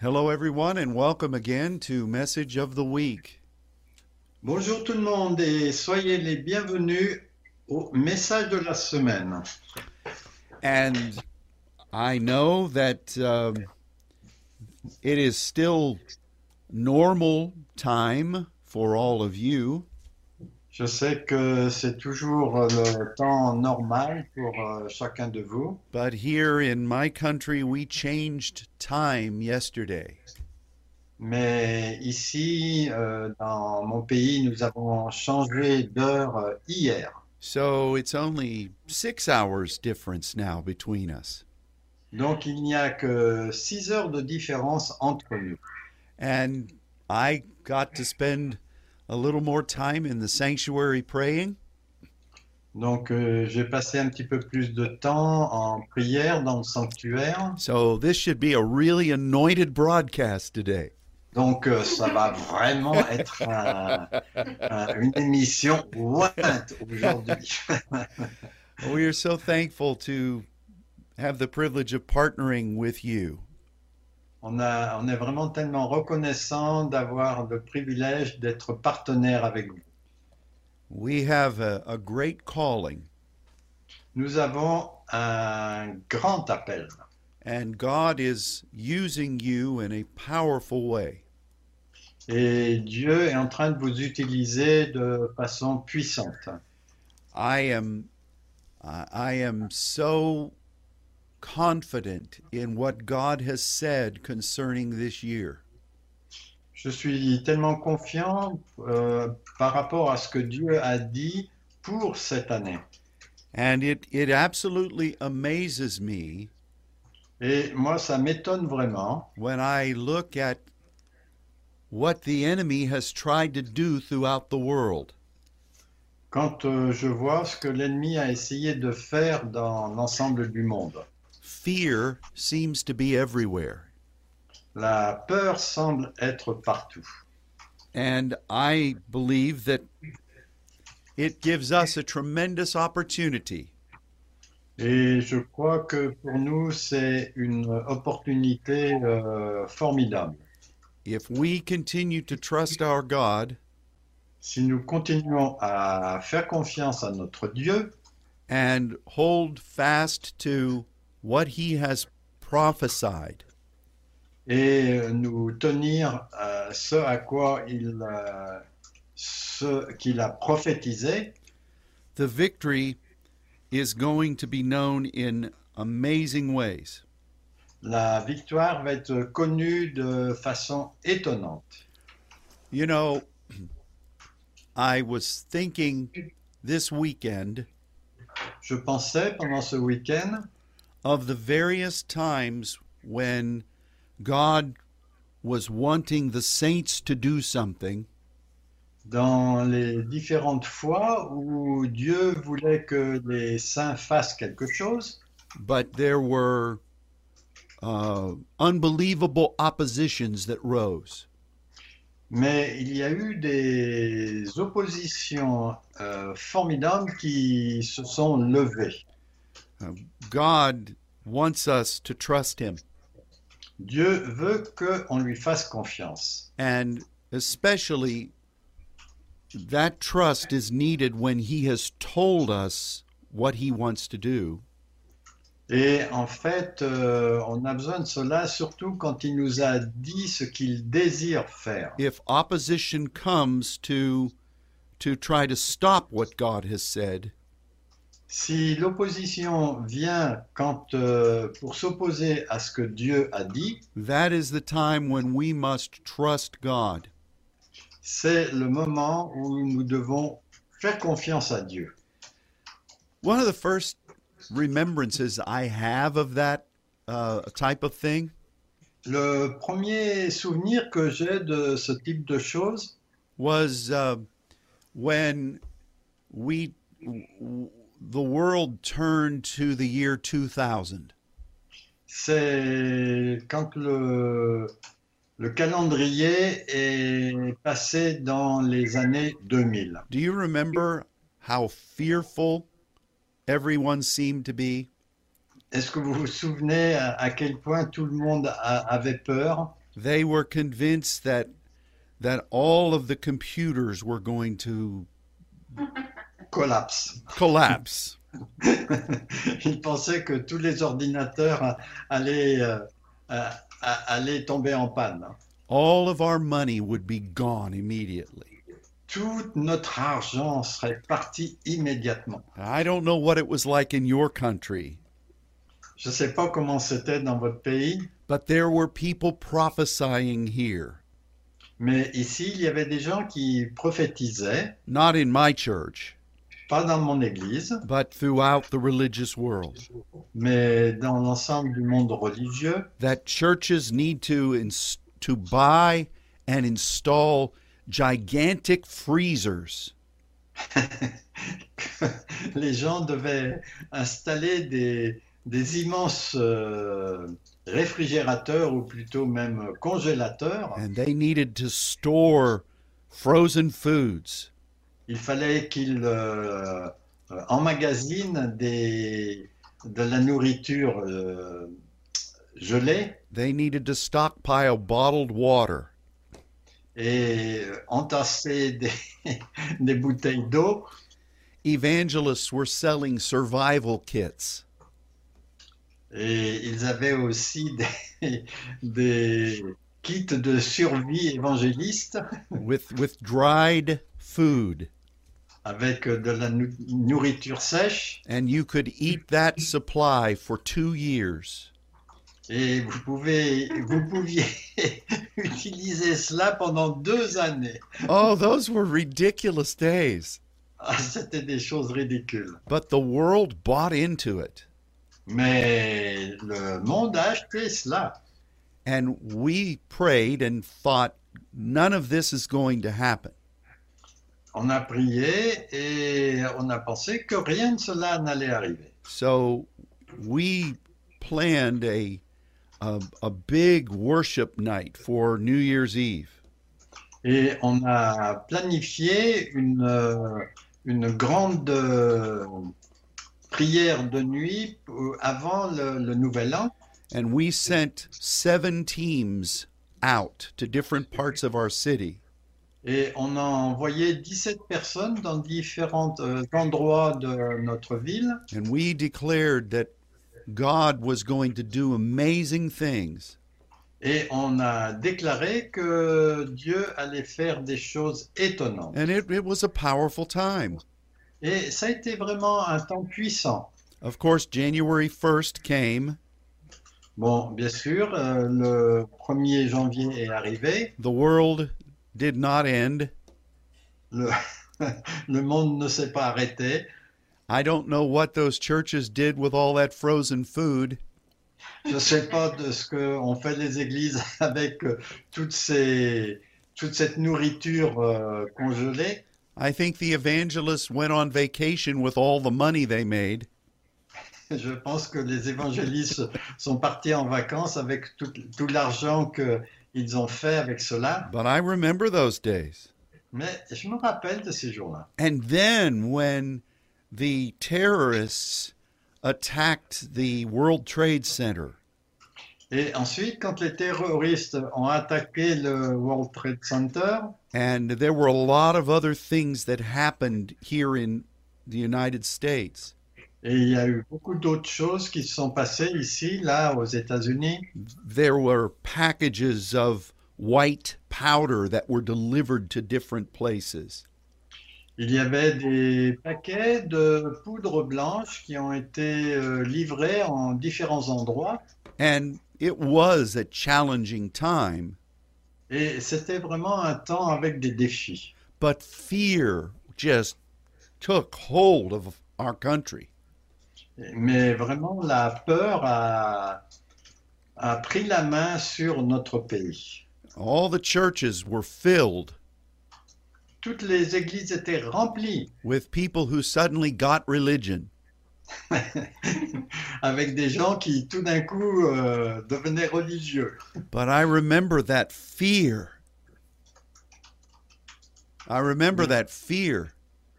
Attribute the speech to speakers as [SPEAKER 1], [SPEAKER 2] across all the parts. [SPEAKER 1] Hello, everyone, and welcome again to Message of the Week.
[SPEAKER 2] Bonjour tout le monde et soyez les bienvenus au message de la semaine.
[SPEAKER 1] And I know that um, it is still normal time for all of you,
[SPEAKER 2] Je sais que c'est toujours euh, le temps normal pour euh, chacun de vous,
[SPEAKER 1] but here in my country, we changed time yesterday.
[SPEAKER 2] mais ici, euh, dans mon pays, nous avons changé d'heure euh, hier.
[SPEAKER 1] So it's only six hours difference now between us.
[SPEAKER 2] Donc il n'y a que 6 heures de différence entre nous.
[SPEAKER 1] And I got to spend a little more time in the sanctuary praying.
[SPEAKER 2] Donc euh, j'ai passé un petit peu plus de temps en prière dans le sanctuaire.
[SPEAKER 1] So this should be a really anointed broadcast today.
[SPEAKER 2] Donc, euh, ça va vraiment être un- un- une émission ointe aujourd'hui.
[SPEAKER 1] We are so thankful to have the privilege of partnering with you.
[SPEAKER 2] On, a- on est vraiment tellement reconnaissant d'avoir le privilège d'être partenaire avec vous.
[SPEAKER 1] We have a, a great calling,
[SPEAKER 2] Nous avons un grand appel
[SPEAKER 1] and God is using you in a powerful way.
[SPEAKER 2] et Dieu est en train de vous utiliser de façon puissante.
[SPEAKER 1] I am, I I am so confident in what God has said concerning this year.
[SPEAKER 2] Je suis tellement confiant euh, par rapport à ce que Dieu a dit pour cette année.
[SPEAKER 1] And it, it absolutely amazes me
[SPEAKER 2] Et moi, ça m'étonne vraiment.
[SPEAKER 1] when I look at what the enemy has tried to do throughout the world.
[SPEAKER 2] Quand euh, je vois ce que l'ennemi a essayé de faire dans l'ensemble du monde,
[SPEAKER 1] Fear seems to be everywhere.
[SPEAKER 2] la peur semble être partout.
[SPEAKER 1] And I believe that it gives us a tremendous opportunity
[SPEAKER 2] Et je crois que pour nous, c'est une opportunité euh, formidable.
[SPEAKER 1] if we continue to trust our God
[SPEAKER 2] Si nous continuons à faire confiance à notre Dieu
[SPEAKER 1] and hold fast to what He has prophesied.
[SPEAKER 2] et euh, nous tenir à ce à quoi il, euh, ce qu'il a prophétisé,
[SPEAKER 1] The victory is going to be known in amazing ways.
[SPEAKER 2] la victoire va être connue de façon étonnante.
[SPEAKER 1] You know, I was thinking this weekend
[SPEAKER 2] Je pensais pendant ce week-end
[SPEAKER 1] of the various times when God was wanting the saints to do something,
[SPEAKER 2] dans les différentes fois où Dieu voulait que les saints fassent quelque chose,
[SPEAKER 1] but there were uh, unbelievable oppositions that rose.
[SPEAKER 2] mais il y a eu des oppositions euh, formidables qui se sont levées.
[SPEAKER 1] God wants us to trust Him,
[SPEAKER 2] Dieu veut qu'on lui fasse confiance.
[SPEAKER 1] and especially that trust is needed when He has told us what He wants to do.
[SPEAKER 2] Et en fait, euh, on a besoin de cela surtout quand il nous a dit ce qu'il désire faire.
[SPEAKER 1] if opposition comes to to try to stop what God has said,
[SPEAKER 2] Si l'opposition vient quand, euh, pour s'opposer à ce que Dieu a dit,
[SPEAKER 1] that is the time when we must trust God.
[SPEAKER 2] c'est le moment où nous devons faire confiance à Dieu.
[SPEAKER 1] One of the first remembrances I have of that uh, type of thing
[SPEAKER 2] Le premier souvenir que j'ai de ce type de choses,
[SPEAKER 1] was uh, when we w- w- the world turned to the year 2000.
[SPEAKER 2] c'est quand le, le calendrier est passé dans les années 2000.
[SPEAKER 1] Do you remember how fearful everyone seemed to be?
[SPEAKER 2] Est-ce que vous vous souvenez à, à quel point tout le monde a- avait peur
[SPEAKER 1] They were convinced that that all of the computers were going to
[SPEAKER 2] Collapse.
[SPEAKER 1] collapse.
[SPEAKER 2] Ils pensaient que tous les ordinateurs allaient, euh, euh, a- allaient tomber en panne.
[SPEAKER 1] all of our money would be gone immediately.
[SPEAKER 2] Tout notre argent serait parti immédiatement.
[SPEAKER 1] I don't know what it was like in your country,
[SPEAKER 2] Je ne sais pas comment c'était dans votre pays,
[SPEAKER 1] but there were people prophesying here.
[SPEAKER 2] mais ici, il y avait des gens qui prophétisaient,
[SPEAKER 1] Not in my church,
[SPEAKER 2] pas dans mon église,
[SPEAKER 1] but throughout the religious world,
[SPEAKER 2] mais dans l'ensemble du monde religieux,
[SPEAKER 1] that churches need to ins- to buy and install gigantic freezers
[SPEAKER 2] les gens devaient installer des, des immenses euh, réfrigérateurs ou plutôt même congélateurs.
[SPEAKER 1] and they needed to store frozen foods
[SPEAKER 2] Il fallait qu'ils euh, euh, emmagasinent des, de la nourriture euh, gelée
[SPEAKER 1] they needed to stockpile bottled water
[SPEAKER 2] et entasser des, des bouteilles d'eau.
[SPEAKER 1] evangelists were selling survival kits
[SPEAKER 2] Et ils avaient aussi des, des kits de survie évangéliste
[SPEAKER 1] with with dried food
[SPEAKER 2] avec euh, de la nou- nourriture sèche
[SPEAKER 1] and you could eat that supply for 2 years
[SPEAKER 2] et vous, pouvez, vous pouviez utiliser cela pendant deux années.
[SPEAKER 1] oh those were ridiculous days
[SPEAKER 2] Ah, C'était des choses ridicules.
[SPEAKER 1] but the world bought into it
[SPEAKER 2] Mais le monde a acheté cela.
[SPEAKER 1] and we prayed and thought none of this is going to happen
[SPEAKER 2] On a prié et on a pensé que rien de cela n'allait arriver.
[SPEAKER 1] so we planned a a, a big worship night for New Year's Eve
[SPEAKER 2] Et on a planifié une, euh, une grande euh, prière de nuit euh, avant le, le Nouvel An.
[SPEAKER 1] and we sent 7 teams out to different parts of our city
[SPEAKER 2] Et on a envoyé 17 personnes dans différents euh, endroits de notre ville.
[SPEAKER 1] And we declared that God was going to do amazing things.
[SPEAKER 2] Et on a déclaré que Dieu allait faire des choses étonnantes.
[SPEAKER 1] And it, it was a powerful time.
[SPEAKER 2] Et ça a été vraiment un temps puissant.
[SPEAKER 1] Of course, January 1st came,
[SPEAKER 2] Bon, bien sûr, euh, le 1er janvier est arrivé.
[SPEAKER 1] the world did not end.
[SPEAKER 2] Le, le monde ne s'est pas arrêté.
[SPEAKER 1] I don't know what those churches did with all that frozen food,
[SPEAKER 2] Je ne sais pas de ce qu'ont fait les églises avec euh, toutes ces, toute cette nourriture euh, congelée.
[SPEAKER 1] I think the evangelists went on vacation with all the money they made.
[SPEAKER 2] Je pense que les évangélistes sont partis en vacances avec tout, tout l'argent qu'ils ont fait avec cela.
[SPEAKER 1] But I remember those days.
[SPEAKER 2] Mais je me rappelle de ces jours-là.
[SPEAKER 1] And then when the terrorists attacked the World Trade Center,
[SPEAKER 2] Et ensuite, quand les terroristes ont attaqué le World Trade Center,
[SPEAKER 1] And there were a lot of other things that happened here in the United States.
[SPEAKER 2] et il y a eu beaucoup d'autres choses qui se sont passées ici, là, aux États-Unis.
[SPEAKER 1] There were packages of white powder that were delivered to different places.
[SPEAKER 2] Il y avait des paquets de poudre blanche qui ont été euh, livrés en différents endroits
[SPEAKER 1] And it was a challenging time,
[SPEAKER 2] et c'était vraiment un temps avec des défis.
[SPEAKER 1] but fear just took hold of our country.
[SPEAKER 2] Mais vraiment, la peur a, a pris la main sur notre pays.
[SPEAKER 1] All the churches were filled
[SPEAKER 2] Toutes les églises étaient remplies
[SPEAKER 1] with people who suddenly got religion.
[SPEAKER 2] avec des gens qui tout d'un coup euh, devenaient religieux.
[SPEAKER 1] But I remember that fear. I remember that fear.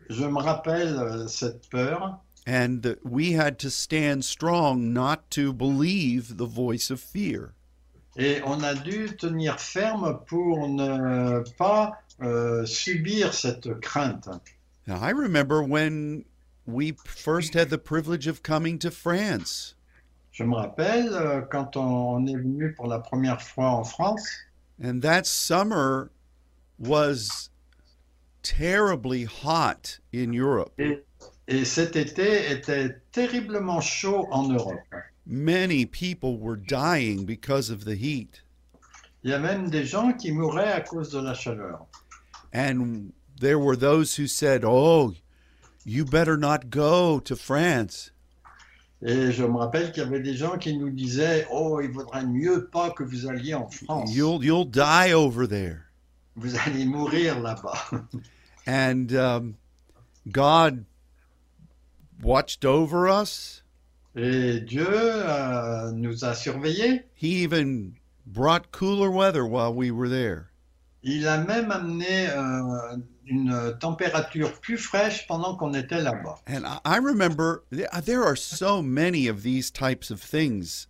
[SPEAKER 2] Je me rappelle euh, cette peur
[SPEAKER 1] And that we had to stand strong not to believe the voice of fear.
[SPEAKER 2] Et on a dû tenir ferme pour ne pas euh, subir cette crainte.
[SPEAKER 1] Now, I remember when we first had the privilege of coming to France.
[SPEAKER 2] Je me rappelle euh, quand on est venu pour la première fois en France,
[SPEAKER 1] And that summer was terribly hot in Europe.
[SPEAKER 2] et cet été était terriblement chaud en Europe.
[SPEAKER 1] Many people were dying because of the heat.
[SPEAKER 2] Il y a même des gens qui mouraient à cause de la chaleur.
[SPEAKER 1] And there were those who said, Oh, you better not go to France.
[SPEAKER 2] Et je me rappelle qu'il y avait des gens qui nous disaient Oh, il vaudrait mieux pas que vous alliez en France.
[SPEAKER 1] You'll, you'll die over there.
[SPEAKER 2] Vous allez mourir là-bas.
[SPEAKER 1] And um, God watched over us.
[SPEAKER 2] Et Dieu euh, nous a surveillés.
[SPEAKER 1] He even brought cooler weather while we were there.
[SPEAKER 2] Il a même amené euh, une température plus fraîche pendant qu'on était là-bas.
[SPEAKER 1] And I- I remember th- there are so many of these types of things.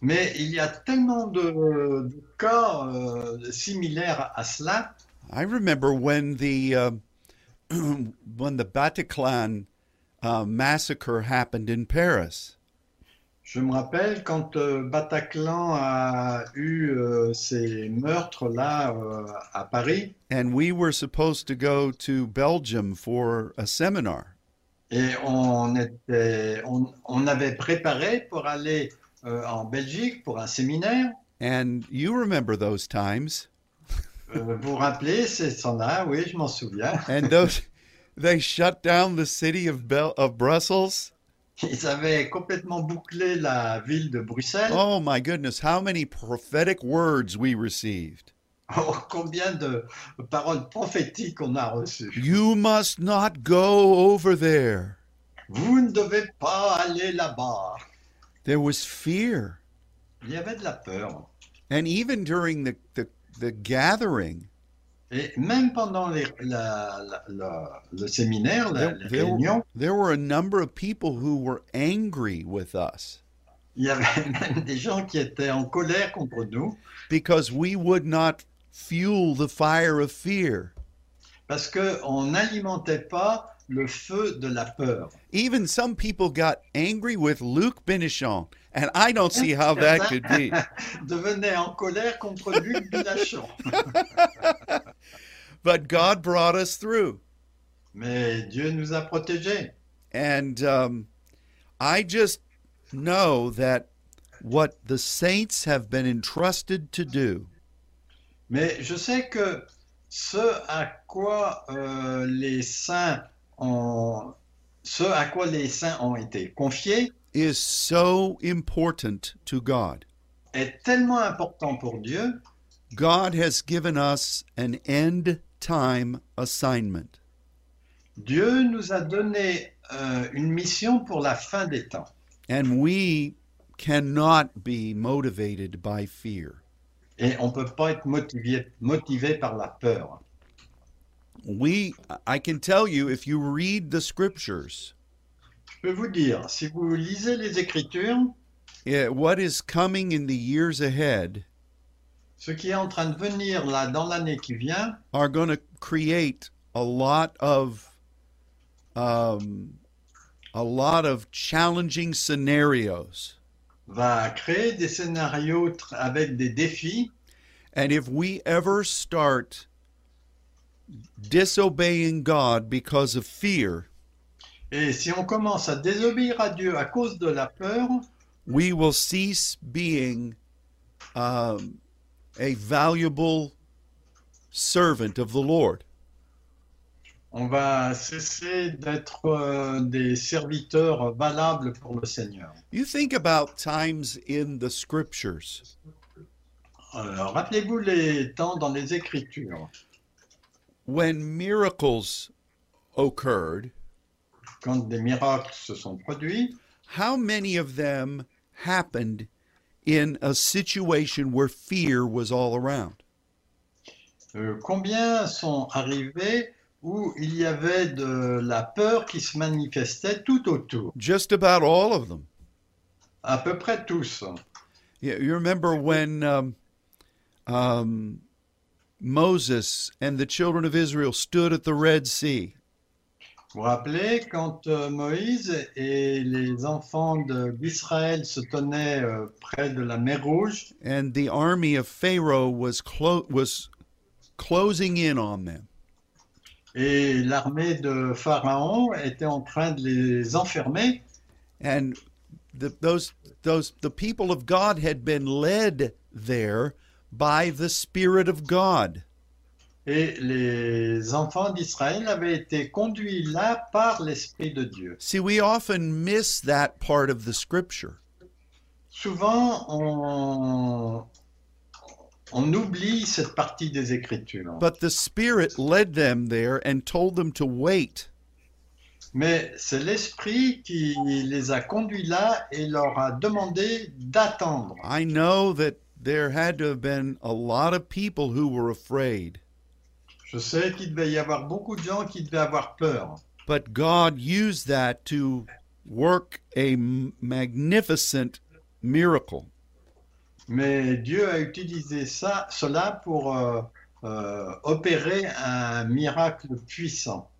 [SPEAKER 2] Mais il y a tellement de, de cas euh, similaires à cela.
[SPEAKER 1] I remember when the um when the Bataclan uh, massacre happened in Paris.
[SPEAKER 2] Je me rappelle quand euh, Bataclan a eu euh, ces meurtres-là euh, à Paris.
[SPEAKER 1] And we were supposed to go to Belgium for a seminar.
[SPEAKER 2] Et on était, on, on avait préparé pour aller euh, en Belgique pour un séminaire.
[SPEAKER 1] And you remember those times.
[SPEAKER 2] Euh, vous vous rappelez, c'est ça là, oui, je m'en souviens.
[SPEAKER 1] And those they shut down the city of Bel- of Brussels.
[SPEAKER 2] Ils avaient complètement bouclé la ville de Bruxelles. Oh,
[SPEAKER 1] Oh my goodness, how many prophetic words we received.
[SPEAKER 2] Oh, combien de paroles prophétiques on a reçues.
[SPEAKER 1] You must not go over there.
[SPEAKER 2] Vous ne devez pas aller là-bas.
[SPEAKER 1] There was fear.
[SPEAKER 2] Il y avait de la peur.
[SPEAKER 1] And even during the, the, the gathering,
[SPEAKER 2] Et même pendant les- la- la- la- le séminaire, la,
[SPEAKER 1] there,
[SPEAKER 2] les
[SPEAKER 1] there,
[SPEAKER 2] réunions,
[SPEAKER 1] were, there were a number of people who were angry with us
[SPEAKER 2] il y avait même des gens qui étaient en colère contre nous.
[SPEAKER 1] because we would not fuel the fire of fear.
[SPEAKER 2] parce qu'on n'alimentait pas le feu de la peur.
[SPEAKER 1] Even some people got angry with Luc Benichon, and I don't see how that could be.
[SPEAKER 2] Devenait en colère contre Luc Bilachon.
[SPEAKER 1] But God brought us through.
[SPEAKER 2] Mais Dieu nous a protégés.
[SPEAKER 1] And um, I just know that what the saints have been entrusted to do
[SPEAKER 2] Mais je sais que ce à quoi euh, les saints ont, ce à quoi les saints ont été confiés
[SPEAKER 1] is so important to God.
[SPEAKER 2] est tellement important pour Dieu.
[SPEAKER 1] God has given us an end time assignment.
[SPEAKER 2] Dieu nous a donné euh, une mission pour la fin des temps.
[SPEAKER 1] And we cannot be motivated by fear.
[SPEAKER 2] Et on ne peut pas être motivé, motivé par la peur.
[SPEAKER 1] We, I can tell you, if you read the scriptures,
[SPEAKER 2] Je peux vous dire, si vous lisez les Écritures,
[SPEAKER 1] eh, what is coming in the years ahead
[SPEAKER 2] ce qui est en train de venir là dans l'année qui vient
[SPEAKER 1] are going to create a lot of um, a lot of challenging scenarios
[SPEAKER 2] va créer des scénarios tr- avec des défis.
[SPEAKER 1] and if we ever start disobeying god because of fear
[SPEAKER 2] Et si on commence à désobéir à Dieu à cause de la peur,
[SPEAKER 1] we will cease being um, a valuable servant of the lord
[SPEAKER 2] on va cesser d'être euh, des serviteurs valables pour le Seigneur.
[SPEAKER 1] you think about times in the scriptures
[SPEAKER 2] Alors, Euh, Rappelez-vous les temps dans les Écritures,
[SPEAKER 1] when miracles occurred
[SPEAKER 2] quand des miracles se sont produits,
[SPEAKER 1] how many of them happened in a situation where fear was all around?
[SPEAKER 2] euh, combien sont arrivés où il y avait de la peur qui se manifestait tout autour,
[SPEAKER 1] Just about all of them.
[SPEAKER 2] à peu près tous.
[SPEAKER 1] Yeah, you remember when um, um, Moses and the children of Israel stood at the Red Sea,
[SPEAKER 2] Vous vous rappelez quand euh, Moïse et les enfants de- d'Israël se tenaient euh, près de la mer Rouge
[SPEAKER 1] and the army of Pharaoh was clo- was closing in on them.
[SPEAKER 2] et l'armée de Pharaon était en train de les enfermer
[SPEAKER 1] and the, those those the people of God had been led there by the Spirit of God,
[SPEAKER 2] et les enfants d'Israël avaient été conduits là par l'Esprit de Dieu.
[SPEAKER 1] see, we often miss that part of the Scripture.
[SPEAKER 2] Souvent, on, on oublie cette partie des Écritures,
[SPEAKER 1] But the Spirit led them there and told them to wait.
[SPEAKER 2] mais c'est l'Esprit qui les a conduits là et leur a demandé d'attendre.
[SPEAKER 1] I know that there had to have been a lot of people who were afraid,
[SPEAKER 2] Je sais qu'il devait y avoir beaucoup de gens qui devaient avoir peur,
[SPEAKER 1] but God used that to work a m- magnificent miracle.
[SPEAKER 2] mais Dieu a utilisé ça, cela pour euh, euh, opérer un miracle puissant.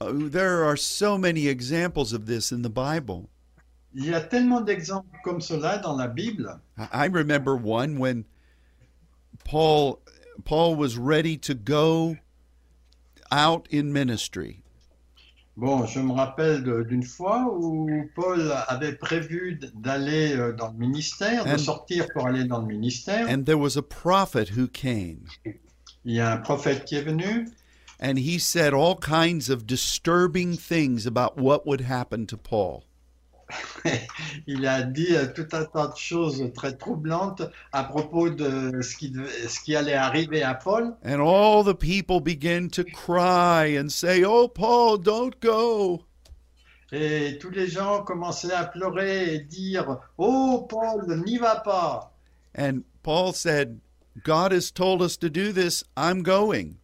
[SPEAKER 1] Uh, there are so many examples of this in the Bible.
[SPEAKER 2] Il y a tellement d'exemples comme cela dans la Bible.
[SPEAKER 1] I I remember one when Paul Paul was ready to go out in ministry,
[SPEAKER 2] Bon, je me rappelle de- d'une fois où Paul avait prévu d- d'aller euh, dans le ministère, de
[SPEAKER 1] And-
[SPEAKER 2] sortir pour aller dans le ministère.
[SPEAKER 1] and there was a prophet who came,
[SPEAKER 2] Il y a un prophète qui est venu
[SPEAKER 1] and he said all kinds of disturbing things about what would happen to Paul.
[SPEAKER 2] Il a dit euh, tout un tas de choses très troublantes à propos de ce qui, devait- ce qui allait arriver à Paul.
[SPEAKER 1] And all the people began to cry and say, "Oh, Paul, don't go."
[SPEAKER 2] Et tous les gens commençaient à pleurer et dire Oh, Paul, n'y va pas.
[SPEAKER 1] And Paul said, "God has told us to do this. I'm going."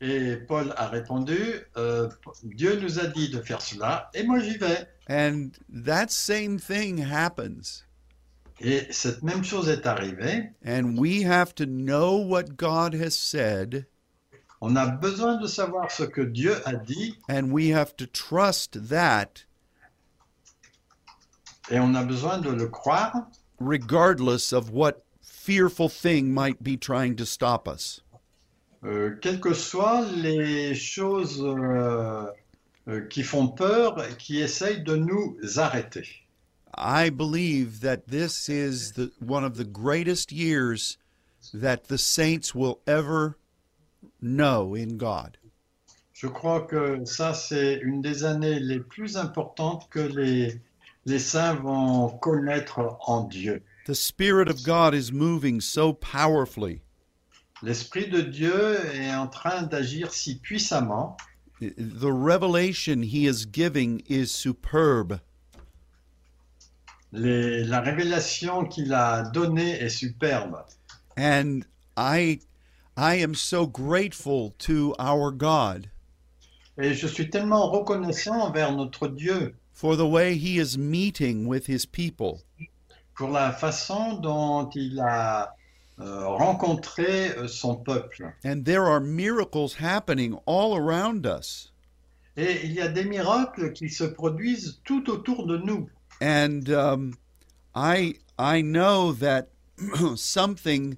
[SPEAKER 2] Et Paul a répondu Euh, Dieu nous a dit de faire cela, et moi j'y vais.
[SPEAKER 1] And that same thing happens.
[SPEAKER 2] Et cette même chose est arrivée.
[SPEAKER 1] And we have to know what God has said,
[SPEAKER 2] On a besoin de savoir ce que Dieu a dit,
[SPEAKER 1] and we have to trust that
[SPEAKER 2] et on a besoin de le croire,
[SPEAKER 1] regardless of what fearful thing might be trying to stop us.
[SPEAKER 2] euh, quelles que soient les choses euh, euh, qui font peur, et qui essayent de nous arrêter.
[SPEAKER 1] I believe that this is the, one of the greatest years that the saints will ever know in God.
[SPEAKER 2] Je crois que ça, c'est une des années les plus importantes que les, les saints vont connaître en Dieu.
[SPEAKER 1] The Spirit of God is moving so powerfully.
[SPEAKER 2] L'Esprit de Dieu est en train d'agir si puissamment.
[SPEAKER 1] The revelation He is giving is superb.
[SPEAKER 2] Les- la révélation qu'il a donnée est superbe.
[SPEAKER 1] And I I am so grateful to our God
[SPEAKER 2] Et je suis tellement reconnaissant envers notre Dieu
[SPEAKER 1] for the way he is meeting with his people.
[SPEAKER 2] pour la façon dont il a euh, rencontré euh, son peuple.
[SPEAKER 1] And there are miracles happening all around us.
[SPEAKER 2] Et il y a des miracles qui se produisent tout autour de nous.
[SPEAKER 1] And um, I I know that something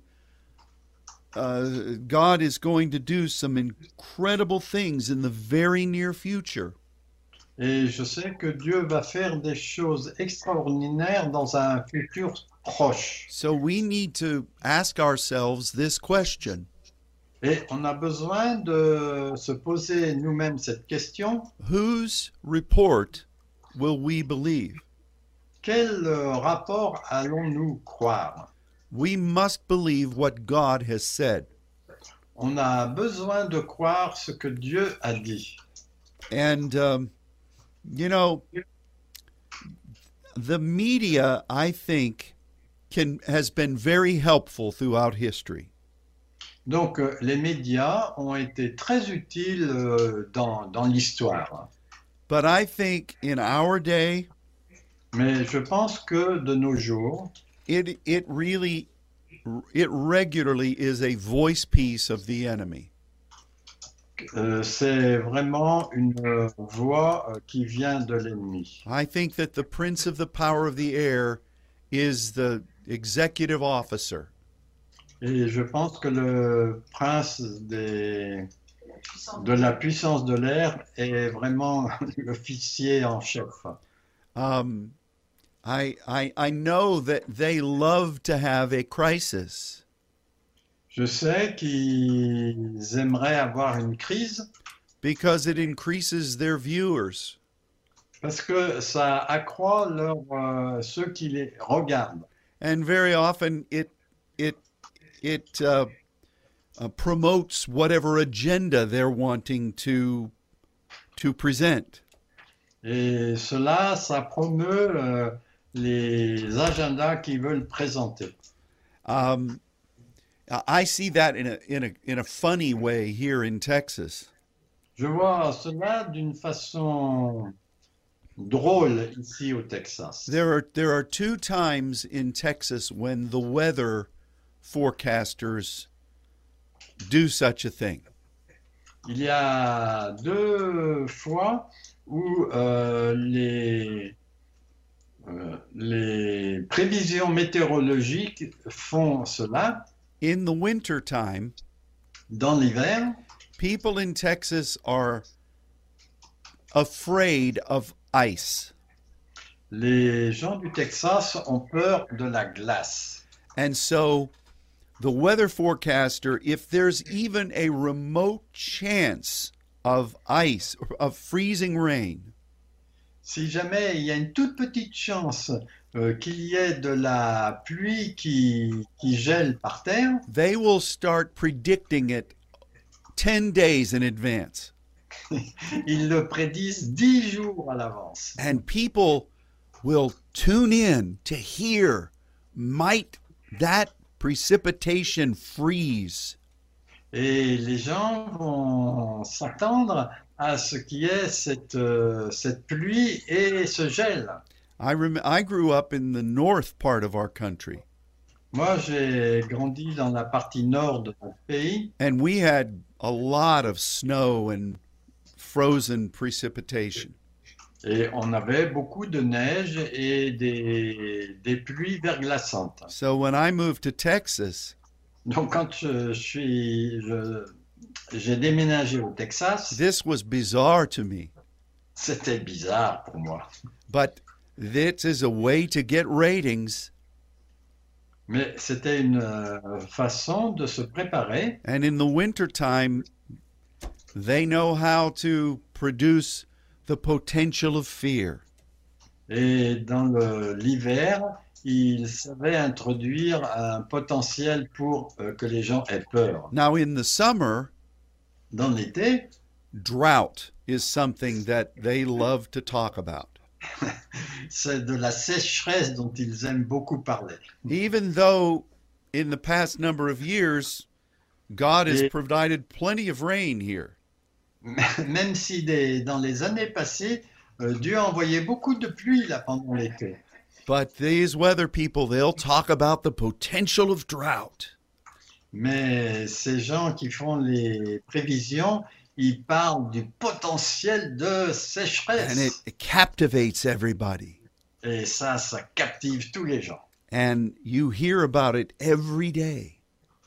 [SPEAKER 1] uh, God is going to do some incredible things in the very near future.
[SPEAKER 2] Et je sais que Dieu va faire des choses extraordinaires dans un futur proche.
[SPEAKER 1] So we need to ask ourselves this question:
[SPEAKER 2] Et on a besoin de se poser nous-mêmes cette question.
[SPEAKER 1] Whose report will we believe?
[SPEAKER 2] Quel euh, rapport allons-nous croire
[SPEAKER 1] We must believe what God has said.
[SPEAKER 2] On a besoin de croire ce que Dieu a dit.
[SPEAKER 1] And, um, you know, the media, I think, can, has been very helpful throughout history.
[SPEAKER 2] Donc, euh, les médias ont été très utiles euh, dans, dans l'histoire.
[SPEAKER 1] But I think in our day,
[SPEAKER 2] Mais je pense que de nos jours,
[SPEAKER 1] it it really it regularly is a voice piece of the enemy.
[SPEAKER 2] Euh, c'est vraiment une euh, voix euh, qui vient de l'ennemi.
[SPEAKER 1] I think that the prince of the power of the air is the executive officer.
[SPEAKER 2] Et je pense que le prince des- de la puissance de l'air est vraiment l'officier en chef.
[SPEAKER 1] Um, I I I know that they love to have a crisis.
[SPEAKER 2] Je sais qu'ils aimeraient avoir une crise
[SPEAKER 1] because it increases their viewers.
[SPEAKER 2] parce que ça accroît leur, euh, ceux qui les regardent.
[SPEAKER 1] And very often it it it uh, uh, promotes whatever agenda they're wanting to to present.
[SPEAKER 2] Et cela, ça promeut euh, les agendas qu'ils veulent présenter.
[SPEAKER 1] Um, I I see that in a in a in a funny way here in Texas.
[SPEAKER 2] Je vois cela d'une façon drôle ici au Texas.
[SPEAKER 1] There are there are two times in Texas when the weather forecasters do such a thing.
[SPEAKER 2] Il y a deux fois où euh, les, euh, les prévisions météorologiques font cela
[SPEAKER 1] In the winter time,
[SPEAKER 2] dans l'hiver.
[SPEAKER 1] people in Texas are afraid of ice.
[SPEAKER 2] Les gens du Texas ont peur de la glace.
[SPEAKER 1] And so the weather forecaster, if there's even a remote chance of ice, of freezing rain,
[SPEAKER 2] Si jamais il y a une toute petite chance euh, qu'il y ait de la pluie qui, qui gèle par terre,
[SPEAKER 1] they will start predicting it 10 days in advance.
[SPEAKER 2] ils le prédisent dix jours à l'avance.
[SPEAKER 1] And people will tune in to hear might that precipitation freeze?
[SPEAKER 2] Et les gens vont s'attendre à ce qui est cette, euh, cette pluie et ce gel.
[SPEAKER 1] I rem- I grew up in the north part of our country,
[SPEAKER 2] Moi, j'ai grandi dans la partie nord de mon pays
[SPEAKER 1] and we had a lot of snow and frozen precipitation.
[SPEAKER 2] et on avait beaucoup de neige et des, des pluies verglaçantes.
[SPEAKER 1] So when I moved to Texas,
[SPEAKER 2] Donc, quand euh, je, je suis, je- j'ai déménagé au Texas,
[SPEAKER 1] this was bizarre to me,
[SPEAKER 2] c'était bizarre pour moi.
[SPEAKER 1] but this is a way to get ratings,
[SPEAKER 2] Mais c'était une euh, façon de se préparer.
[SPEAKER 1] and in the wintertime, they know how to produce the potential of fear.
[SPEAKER 2] Et dans le- l'hiver, il savait introduire un potentiel pour euh, que les gens aient peur.
[SPEAKER 1] Now in the summer,
[SPEAKER 2] Dans l'été,
[SPEAKER 1] drought is something that they love to talk about.
[SPEAKER 2] c'est de la sécheresse dont ils aiment beaucoup parler.
[SPEAKER 1] even though in the past number of years God has
[SPEAKER 2] Yeah.
[SPEAKER 1] provided plenty of rain here,
[SPEAKER 2] Même si des- dans les années passées, euh, Dieu a envoyé beaucoup de pluie là pendant l'été.
[SPEAKER 1] but these weather people, they'll talk about the potential of drought.
[SPEAKER 2] Mais ces gens qui font les prévisions, ils parlent du potentiel de
[SPEAKER 1] And it,
[SPEAKER 2] sécheresse.
[SPEAKER 1] it captivates everybody.
[SPEAKER 2] Et ça, ça captive tous les gens.
[SPEAKER 1] And you hear about it every day.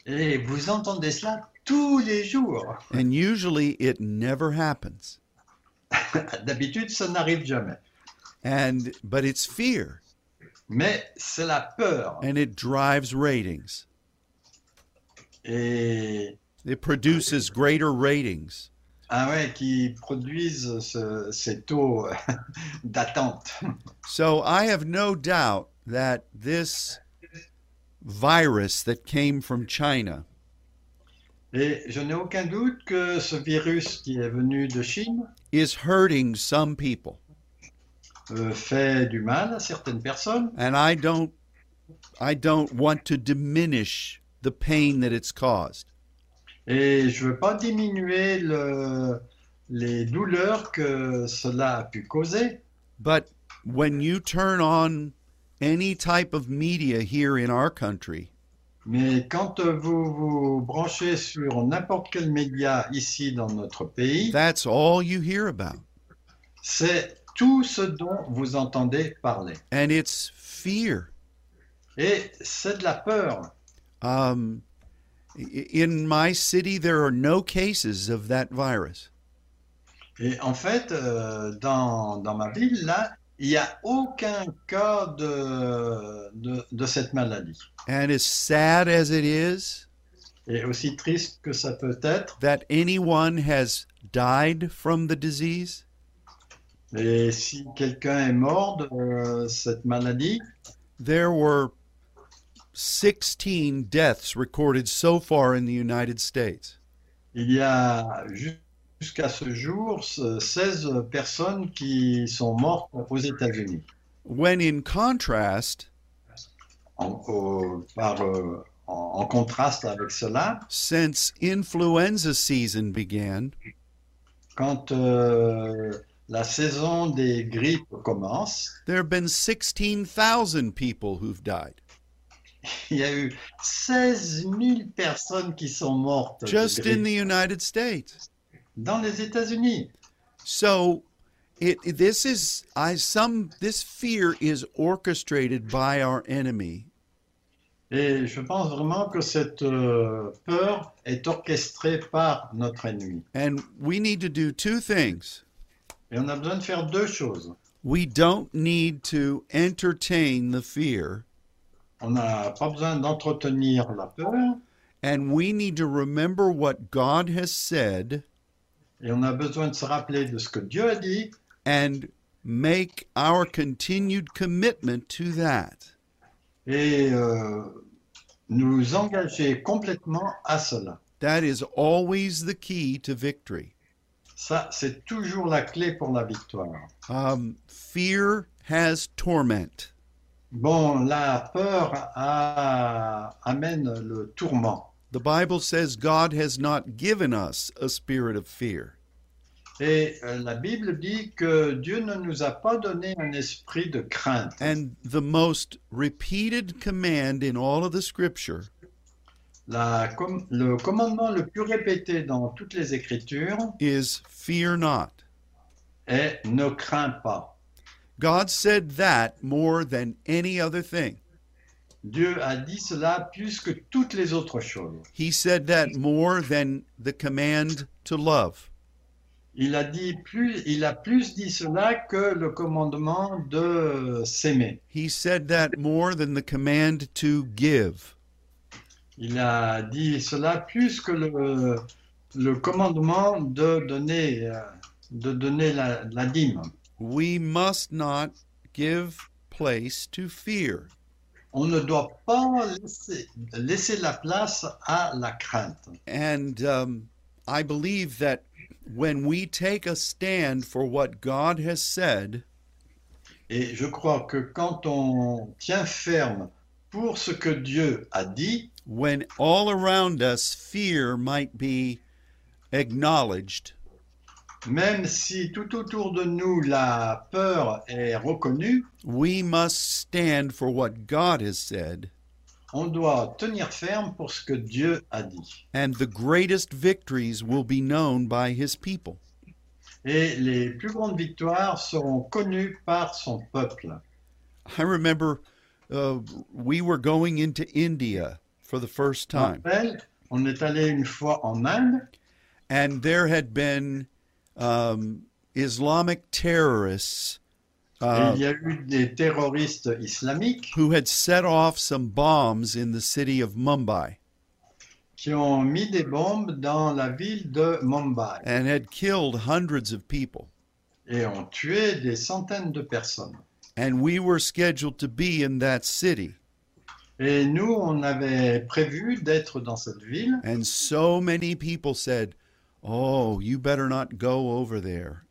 [SPEAKER 2] Et vous entendez cela tous les jours.
[SPEAKER 1] And usually it never happens.
[SPEAKER 2] D'habitude, ça n'arrive jamais.
[SPEAKER 1] And but it's fear
[SPEAKER 2] Mais c'est la peur.
[SPEAKER 1] and it drives ratings.
[SPEAKER 2] Et
[SPEAKER 1] It produces greater ratings.
[SPEAKER 2] ah ouais, qui produisent ce- ces taux d'attente.
[SPEAKER 1] So I have no doubt that this virus that came from China
[SPEAKER 2] Et je n'ai aucun doute que ce virus qui est venu de Chine
[SPEAKER 1] is hurting some people.
[SPEAKER 2] euh, fait du mal à certaines personnes.
[SPEAKER 1] And I don't I don't want to diminish the pain that it's caused.
[SPEAKER 2] Et je ne veux pas diminuer le- les douleurs que cela a pu causer.
[SPEAKER 1] But when you turn on any type of media here in our country.
[SPEAKER 2] Mais quand euh, vous vous branchez sur n'importe quel média ici dans notre pays,
[SPEAKER 1] That's all you hear about.
[SPEAKER 2] c'est tout ce dont vous entendez parler.
[SPEAKER 1] And it's fear.
[SPEAKER 2] Et c'est de la peur.
[SPEAKER 1] Um, i- in my city, there are no cases of that virus.
[SPEAKER 2] Et en fait, euh, dans, dans ma ville, là, il n'y a aucun cas de, de, de cette maladie.
[SPEAKER 1] And as sad as it is
[SPEAKER 2] Et aussi triste que ça peut être,
[SPEAKER 1] that anyone has died from the disease,
[SPEAKER 2] et si quelqu'un est mort de euh, cette maladie,
[SPEAKER 1] there were 16 deaths recorded so far in the United States.
[SPEAKER 2] il y a ju- jusqu'à ce jour ce- 16 personnes qui sont mortes aux États-Unis,
[SPEAKER 1] When in contrast,
[SPEAKER 2] en, au- par, euh, en- en contraste avec cela,
[SPEAKER 1] since influenza season began,
[SPEAKER 2] quand euh, la saison des grippes commence,
[SPEAKER 1] there have been 16,000 people who've died
[SPEAKER 2] Il y a eu 16 000 personnes qui sont mortes de
[SPEAKER 1] just in
[SPEAKER 2] grippe
[SPEAKER 1] the United States.
[SPEAKER 2] dans les États-Unis.
[SPEAKER 1] So it this is I some this fear is orchestrated by our enemy
[SPEAKER 2] Et je pense vraiment que cette euh, peur est orchestrée par notre ennemi.
[SPEAKER 1] and we need to do two things.
[SPEAKER 2] Et on a besoin de faire deux choses.
[SPEAKER 1] We don't need to entertain the fear
[SPEAKER 2] On n'a pas besoin d'entretenir la peur
[SPEAKER 1] and we need to remember what God has said
[SPEAKER 2] et on a besoin de se rappeler de ce que Dieu a dit
[SPEAKER 1] and make our continued commitment to that.
[SPEAKER 2] et euh, nous engager complètement à cela.
[SPEAKER 1] That is always the key to victory.
[SPEAKER 2] Ça, c'est toujours la clé pour la victoire.
[SPEAKER 1] Um, fear has torment.
[SPEAKER 2] Bon, la peur a- amène le tourment.
[SPEAKER 1] The Bible says God has not given us a spirit of fear,
[SPEAKER 2] Et euh, la Bible dit que Dieu ne nous a pas donné un esprit de crainte.
[SPEAKER 1] and the most repeated command in all of the scripture
[SPEAKER 2] La com- le commandement le plus répété dans toutes les Écritures
[SPEAKER 1] is fear not.
[SPEAKER 2] est ne crains pas.
[SPEAKER 1] God said that more than any other thing.
[SPEAKER 2] Dieu a dit cela plus que toutes les autres choses.
[SPEAKER 1] He said that more than the command to love.
[SPEAKER 2] Il a dit plus, il a plus dit cela que le commandement de euh, s'aimer.
[SPEAKER 1] He said that more than the command to give.
[SPEAKER 2] Il a dit cela plus que le, le commandement de donner, euh, de donner la, la dîme.
[SPEAKER 1] We must not give place to fear.
[SPEAKER 2] On ne doit pas laisser, laisser la place à la crainte.
[SPEAKER 1] And um, I believe that when we take a stand for what God has said,
[SPEAKER 2] Et je crois que quand on tient ferme pour ce que Dieu a dit,
[SPEAKER 1] when all around us fear might be acknowledged,
[SPEAKER 2] même si tout autour de nous la peur est reconnue,
[SPEAKER 1] we must stand for what God has said.
[SPEAKER 2] on doit tenir ferme pour ce que Dieu a dit.
[SPEAKER 1] And the greatest victories will be known by his people.
[SPEAKER 2] Et les plus grandes victoires seront connues par son peuple.
[SPEAKER 1] I remember uh, we were going into India for the first
[SPEAKER 2] Je me
[SPEAKER 1] time,
[SPEAKER 2] rappelle, on est allé une fois en Inde
[SPEAKER 1] and there had been um, Islamic terrorists
[SPEAKER 2] et
[SPEAKER 1] uh,
[SPEAKER 2] il y a eu des terroristes islamiques
[SPEAKER 1] who had set off some bombs in the city of Mumbai
[SPEAKER 2] qui ont mis des bombes dans la ville de Mumbai
[SPEAKER 1] and had killed hundreds of people.
[SPEAKER 2] et ont tué des centaines de personnes.
[SPEAKER 1] And we were scheduled to be in that city,
[SPEAKER 2] Et nous, on avait prévu d'être dans cette ville
[SPEAKER 1] and so many people said, "Oh, you better not go over there."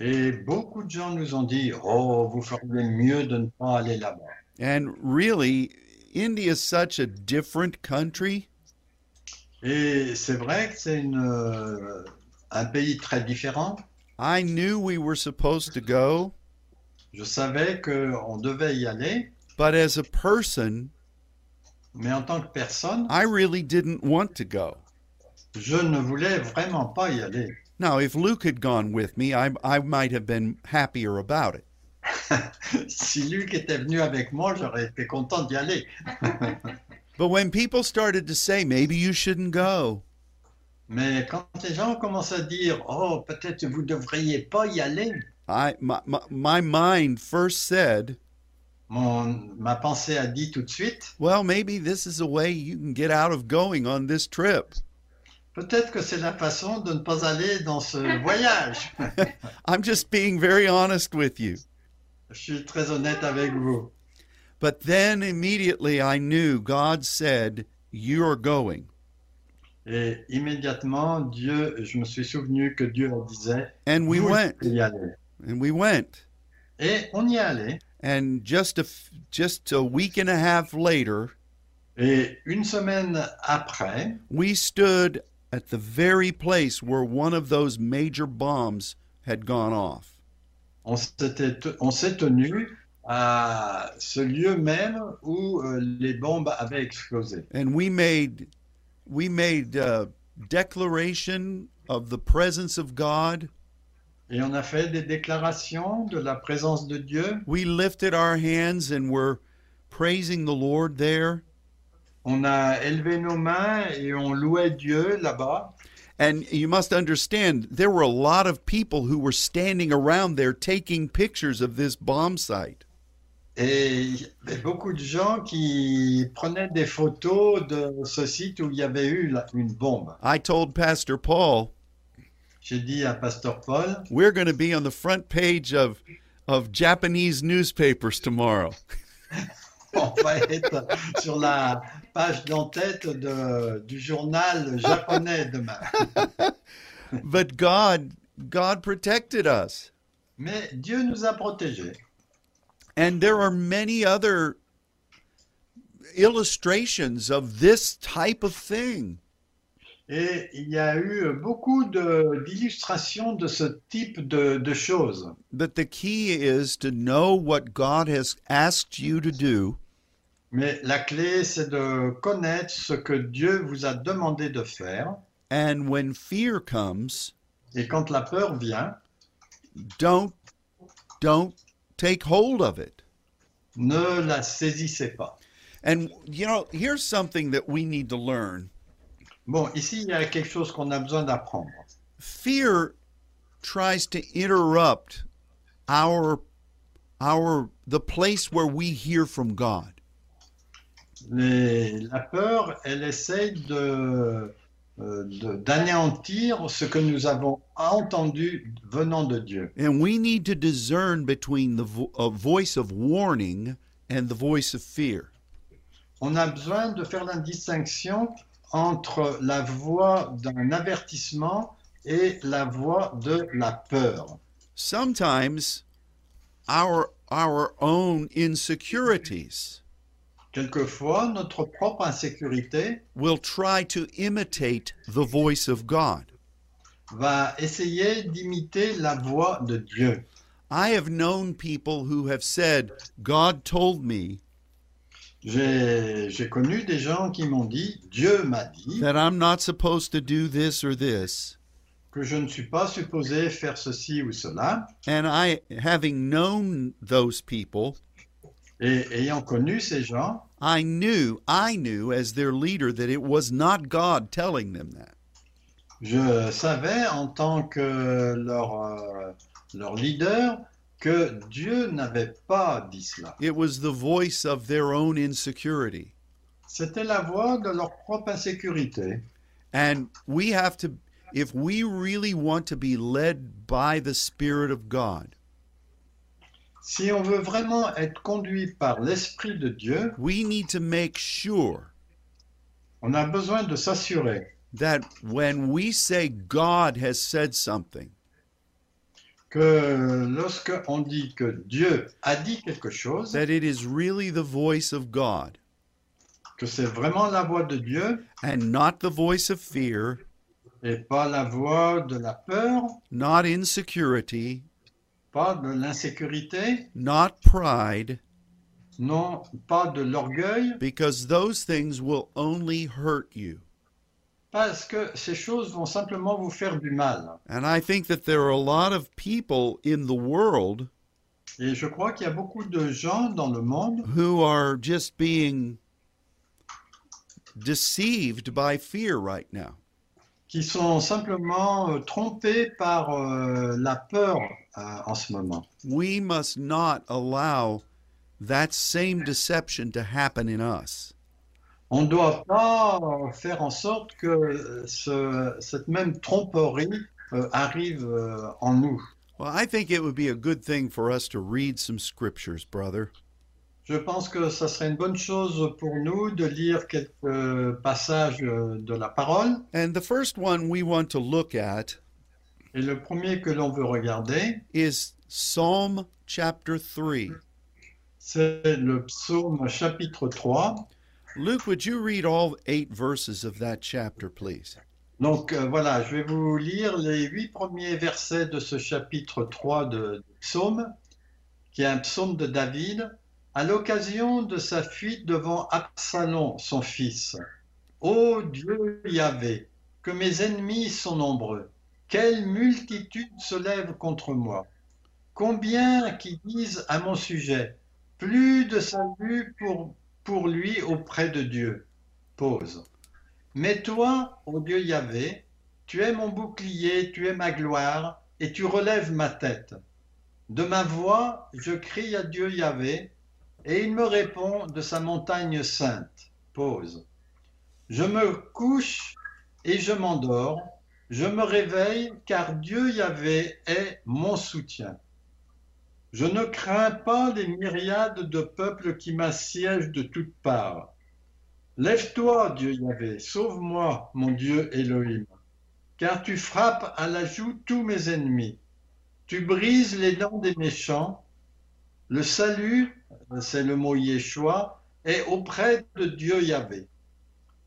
[SPEAKER 2] et beaucoup de gens nous ont dit « Oh, vous feriez mieux de ne pas aller là-bas
[SPEAKER 1] And really, India is such a different country. ».
[SPEAKER 2] Et c'est vrai que c'est une, euh, un pays très différent.
[SPEAKER 1] I knew we were supposed to go,
[SPEAKER 2] Je savais qu'on devait y aller,
[SPEAKER 1] But as a person,
[SPEAKER 2] mais en tant que personne,
[SPEAKER 1] I really didn't want to go.
[SPEAKER 2] je ne voulais vraiment pas y aller.
[SPEAKER 1] Now, if Luke had gone with me, I, I might have been happier about it.
[SPEAKER 2] si Luc était venu avec moi, j'aurais été content d'y aller.
[SPEAKER 1] But when people started to say, maybe you shouldn't go,
[SPEAKER 2] Mais quand les gens commencent à dire, oh, peut-être vous devriez pas y aller,
[SPEAKER 1] I, my, my, my mind first said,
[SPEAKER 2] mon, ma pensée a dit tout de suite,
[SPEAKER 1] well, maybe this is a way you can get out of going on this trip.
[SPEAKER 2] peut-être que c'est la façon de ne pas aller dans ce voyage.
[SPEAKER 1] I'm just being very honest with you.
[SPEAKER 2] Je suis très honnête avec vous.
[SPEAKER 1] But then immediately I knew God said, You're going.
[SPEAKER 2] Et immédiatement, Dieu, je me suis souvenu que Dieu en disait,
[SPEAKER 1] And we
[SPEAKER 2] Vous
[SPEAKER 1] went.
[SPEAKER 2] devez y aller.
[SPEAKER 1] And we went.
[SPEAKER 2] Et on y allait.
[SPEAKER 1] And just a, f- just a week and a half later,
[SPEAKER 2] Et une semaine après,
[SPEAKER 1] we stood at the very place where one of those major bombs had gone off.
[SPEAKER 2] on s'était te- on s'est tenu à ce lieu même où euh, les bombes avaient explosé.
[SPEAKER 1] And we made we made a declaration of the presence of God.
[SPEAKER 2] Et on a fait des déclarations de la présence de Dieu.
[SPEAKER 1] We lifted our hands and were praising the Lord there.
[SPEAKER 2] On a élevé nos mains et on louait Dieu là-bas.
[SPEAKER 1] And you must understand, there were a lot of people who were standing around there taking pictures of this bomb site.
[SPEAKER 2] Et il y avait beaucoup de gens qui prenaient des photos de ce site où il y avait eu la- une bombe.
[SPEAKER 1] I told Pastor Paul,
[SPEAKER 2] J'ai dit à Pasteur Paul,
[SPEAKER 1] we're going to be on the front page of, of Japanese newspapers tomorrow.
[SPEAKER 2] on va être sur la page d'entête de- du journal japonais demain.
[SPEAKER 1] But God, God protected us.
[SPEAKER 2] Mais Dieu nous a protégés.
[SPEAKER 1] And there are many other illustrations of this type of thing.
[SPEAKER 2] Et il y a eu beaucoup de- d'illustrations de, ce type de, de choses.
[SPEAKER 1] But the key is to know what God has asked you to do
[SPEAKER 2] Mais la clé, c'est de connaître ce que Dieu vous a demandé de faire.
[SPEAKER 1] And when fear comes,
[SPEAKER 2] Et quand la peur vient,
[SPEAKER 1] don't don't take hold of it.
[SPEAKER 2] ne la saisissez pas.
[SPEAKER 1] And you know, here's something that we need to learn.
[SPEAKER 2] Bon, ici, il y a quelque chose qu'on a besoin d'apprendre.
[SPEAKER 1] Fear tries to interrupt our our the place where we hear from God.
[SPEAKER 2] Les- la peur, elle essaye de- euh, de- d'anéantir ce que nous avons entendu venant de Dieu.
[SPEAKER 1] And we need to discern between the vo- a voice of warning and the voice of fear.
[SPEAKER 2] On a besoin de faire la distinction entre la voix d'un avertissement et la voix de la peur.
[SPEAKER 1] Sometimes our our own insecurities
[SPEAKER 2] Quelquefois, notre propre insécurité
[SPEAKER 1] will try to imitate the voice of God.
[SPEAKER 2] va essayer d'imiter la voix de Dieu.
[SPEAKER 1] I have known people who have said, God told me
[SPEAKER 2] J'ai j'ai connu des gens qui m'ont dit, Dieu m'a dit
[SPEAKER 1] that I'm not supposed to do this or this.
[SPEAKER 2] que je ne suis pas supposé faire ceci ou cela.
[SPEAKER 1] And I, having known those people,
[SPEAKER 2] Et ayant connu ces gens,
[SPEAKER 1] I knew, I knew as their leader that it was not God telling them that.
[SPEAKER 2] Je savais en tant que leur, euh, leur leader que Dieu n'avait pas dit cela.
[SPEAKER 1] It was the voice of their own insecurity.
[SPEAKER 2] C'était la voix de leur propre insécurité.
[SPEAKER 1] And we have to, if we really want to be led by the Spirit of God,
[SPEAKER 2] Si on veut vraiment être conduit par l'Esprit de Dieu,
[SPEAKER 1] we need to make sure
[SPEAKER 2] on a besoin de s'assurer
[SPEAKER 1] that when we say God has said something,
[SPEAKER 2] que lorsque on dit que Dieu a dit quelque chose,
[SPEAKER 1] that it is really the voice of God
[SPEAKER 2] que c'est vraiment la voix de Dieu
[SPEAKER 1] and not the voice of fear,
[SPEAKER 2] et pas la voix de la peur,
[SPEAKER 1] not insecurity,
[SPEAKER 2] pas de l'insécurité,
[SPEAKER 1] not pride,
[SPEAKER 2] non pas de l'orgueil,
[SPEAKER 1] because those things will only hurt you.
[SPEAKER 2] parce que ces choses vont simplement vous faire du mal.
[SPEAKER 1] And I think that there are a lot of people in the world
[SPEAKER 2] Et je crois qu'il y a beaucoup de gens dans le monde
[SPEAKER 1] who are just being deceived by fear right now.
[SPEAKER 2] qui sont simplement euh, trompés par euh, la peur euh, en ce moment.
[SPEAKER 1] We must not allow that same deception to happen in us.
[SPEAKER 2] On ne doit pas euh, faire en sorte que ce- cette même tromperie euh, arrive euh, en nous.
[SPEAKER 1] Well, I think it would be a good thing for us to read some scriptures, brother.
[SPEAKER 2] Je pense que ça serait une bonne chose pour nous de lire quelques passages euh, de la parole.
[SPEAKER 1] And the first one we want to look at
[SPEAKER 2] Et le premier que l'on veut regarder,
[SPEAKER 1] is Psalm chapter 3.
[SPEAKER 2] c'est le psaume chapitre 3.
[SPEAKER 1] Luke, would you read all eight verses of that chapter, please?
[SPEAKER 2] Donc euh, voilà, je vais vous lire les huit premiers versets de ce chapitre 3 de, de Psaume, qui est un psaume de David, à l'occasion de sa fuite devant Absalom, son fils. Ô Dieu Yahvé, que mes ennemis sont nombreux, quelle multitude se lève contre moi. Combien qui disent à mon sujet, plus de salut pour, pour lui auprès de Dieu. Pause. Mais toi, ô Dieu Yahvé, tu es mon bouclier, tu es ma gloire, et tu relèves ma tête. De ma voix, je crie à Dieu Yahvé, et il me répond de sa montagne sainte. Pause. Je me couche et je m'endors, je me réveille, car Dieu Yahvé est mon soutien. Je ne crains pas les myriades de peuples qui m'assiègent de toutes parts. Lève-toi, Dieu Yahvé, sauve-moi, mon Dieu Elohim, car tu frappes à la joue tous mes ennemis. Tu brises les dents des méchants. Le salut, c'est le mot Yeshua, est auprès de Dieu Yahvé.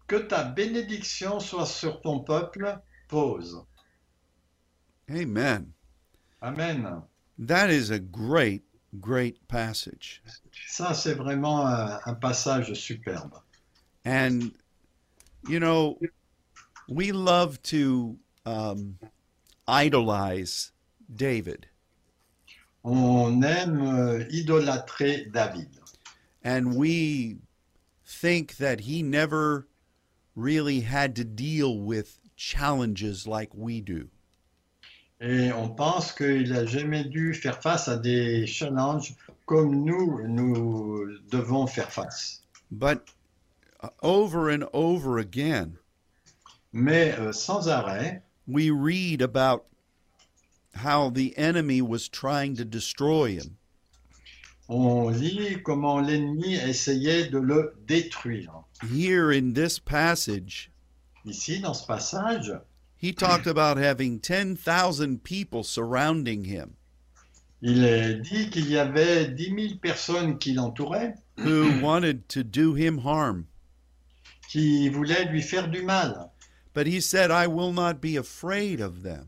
[SPEAKER 2] Que ta bénédiction soit sur ton peuple, pause.
[SPEAKER 1] Amen.
[SPEAKER 2] Amen.
[SPEAKER 1] That is a great, great passage.
[SPEAKER 2] Ça, c'est vraiment un, un passage superbe.
[SPEAKER 1] And, you know, we love to um, idolize David.
[SPEAKER 2] On aime euh, idolâtrer David.
[SPEAKER 1] And we think that he never really had to deal with challenges like we do.
[SPEAKER 2] Et on pense qu'il n'a jamais dû faire face à des challenges comme nous, nous devons faire face.
[SPEAKER 1] But uh, over and over again,
[SPEAKER 2] Mais euh, sans arrêt,
[SPEAKER 1] we read about how the enemy was trying to destroy him.
[SPEAKER 2] on lit comment l'ennemi essayait de le détruire.
[SPEAKER 1] Here in this passage,
[SPEAKER 2] Ici, dans ce passage,
[SPEAKER 1] he talked about having 10,000 people surrounding him
[SPEAKER 2] il est dit qu'il y avait 10 000 personnes qui l'entouraient,
[SPEAKER 1] who wanted to do him harm.
[SPEAKER 2] qui voulaient lui faire du mal.
[SPEAKER 1] But he said, I will not be afraid of them.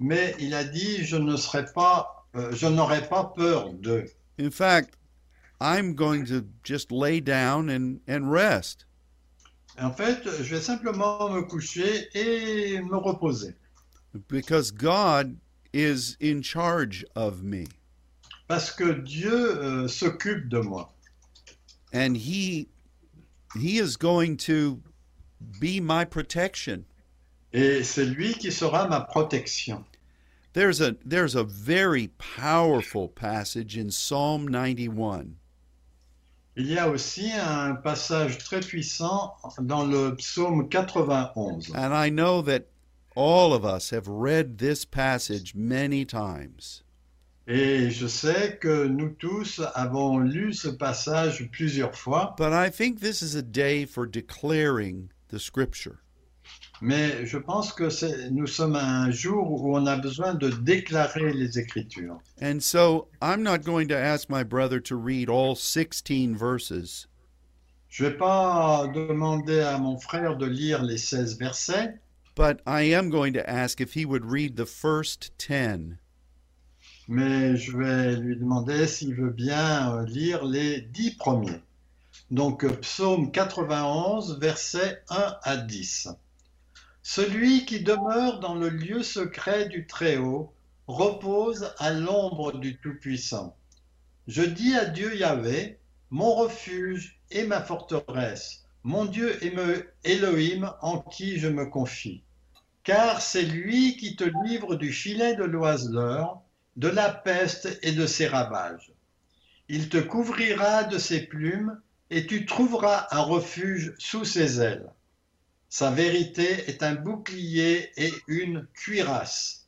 [SPEAKER 2] Mais il a dit, je ne serai pas, euh, je n'aurai pas peur d'eux.
[SPEAKER 1] In fact, I'm going to just lay down and, and rest.
[SPEAKER 2] En fait, je vais simplement me coucher et me reposer.
[SPEAKER 1] because God is in charge of me
[SPEAKER 2] parce que Dieu euh, s'occupe de moi
[SPEAKER 1] and he he is going to be my protection.
[SPEAKER 2] et c'est lui qui sera ma protection.
[SPEAKER 1] There's a there's a very powerful passage in Psalm 91
[SPEAKER 2] Il y a aussi un passage très puissant dans le psaume 91.
[SPEAKER 1] and I know that all of us have read this passage many times.
[SPEAKER 2] Et je sais que nous tous avons lu ce passage plusieurs fois,
[SPEAKER 1] But I think this is a day for declaring the scripture.
[SPEAKER 2] mais je pense que c'est- nous sommes à un jour où on a besoin de déclarer les Écritures.
[SPEAKER 1] And so I'm not going to ask my brother to read all 16 verses.
[SPEAKER 2] Je ne vais pas demander à mon frère de lire les 16 versets,
[SPEAKER 1] But I am going to ask if he would read the first 10.
[SPEAKER 2] mais je vais lui demander s'il veut bien euh, lire les dix premiers. Donc euh, psaume 91, versets 1 à 10. Celui qui demeure dans le lieu secret du Très-Haut repose à l'ombre du Tout-Puissant. Je dis à Dieu Yahvé, mon refuge et ma forteresse, mon Dieu et me- Elohim en qui je me confie. Car c'est lui qui te livre du filet de l'oiseleur, de la peste et de ses ravages. Il te couvrira de ses plumes et tu trouveras un refuge sous ses ailes. Sa vérité est un bouclier et une cuirasse.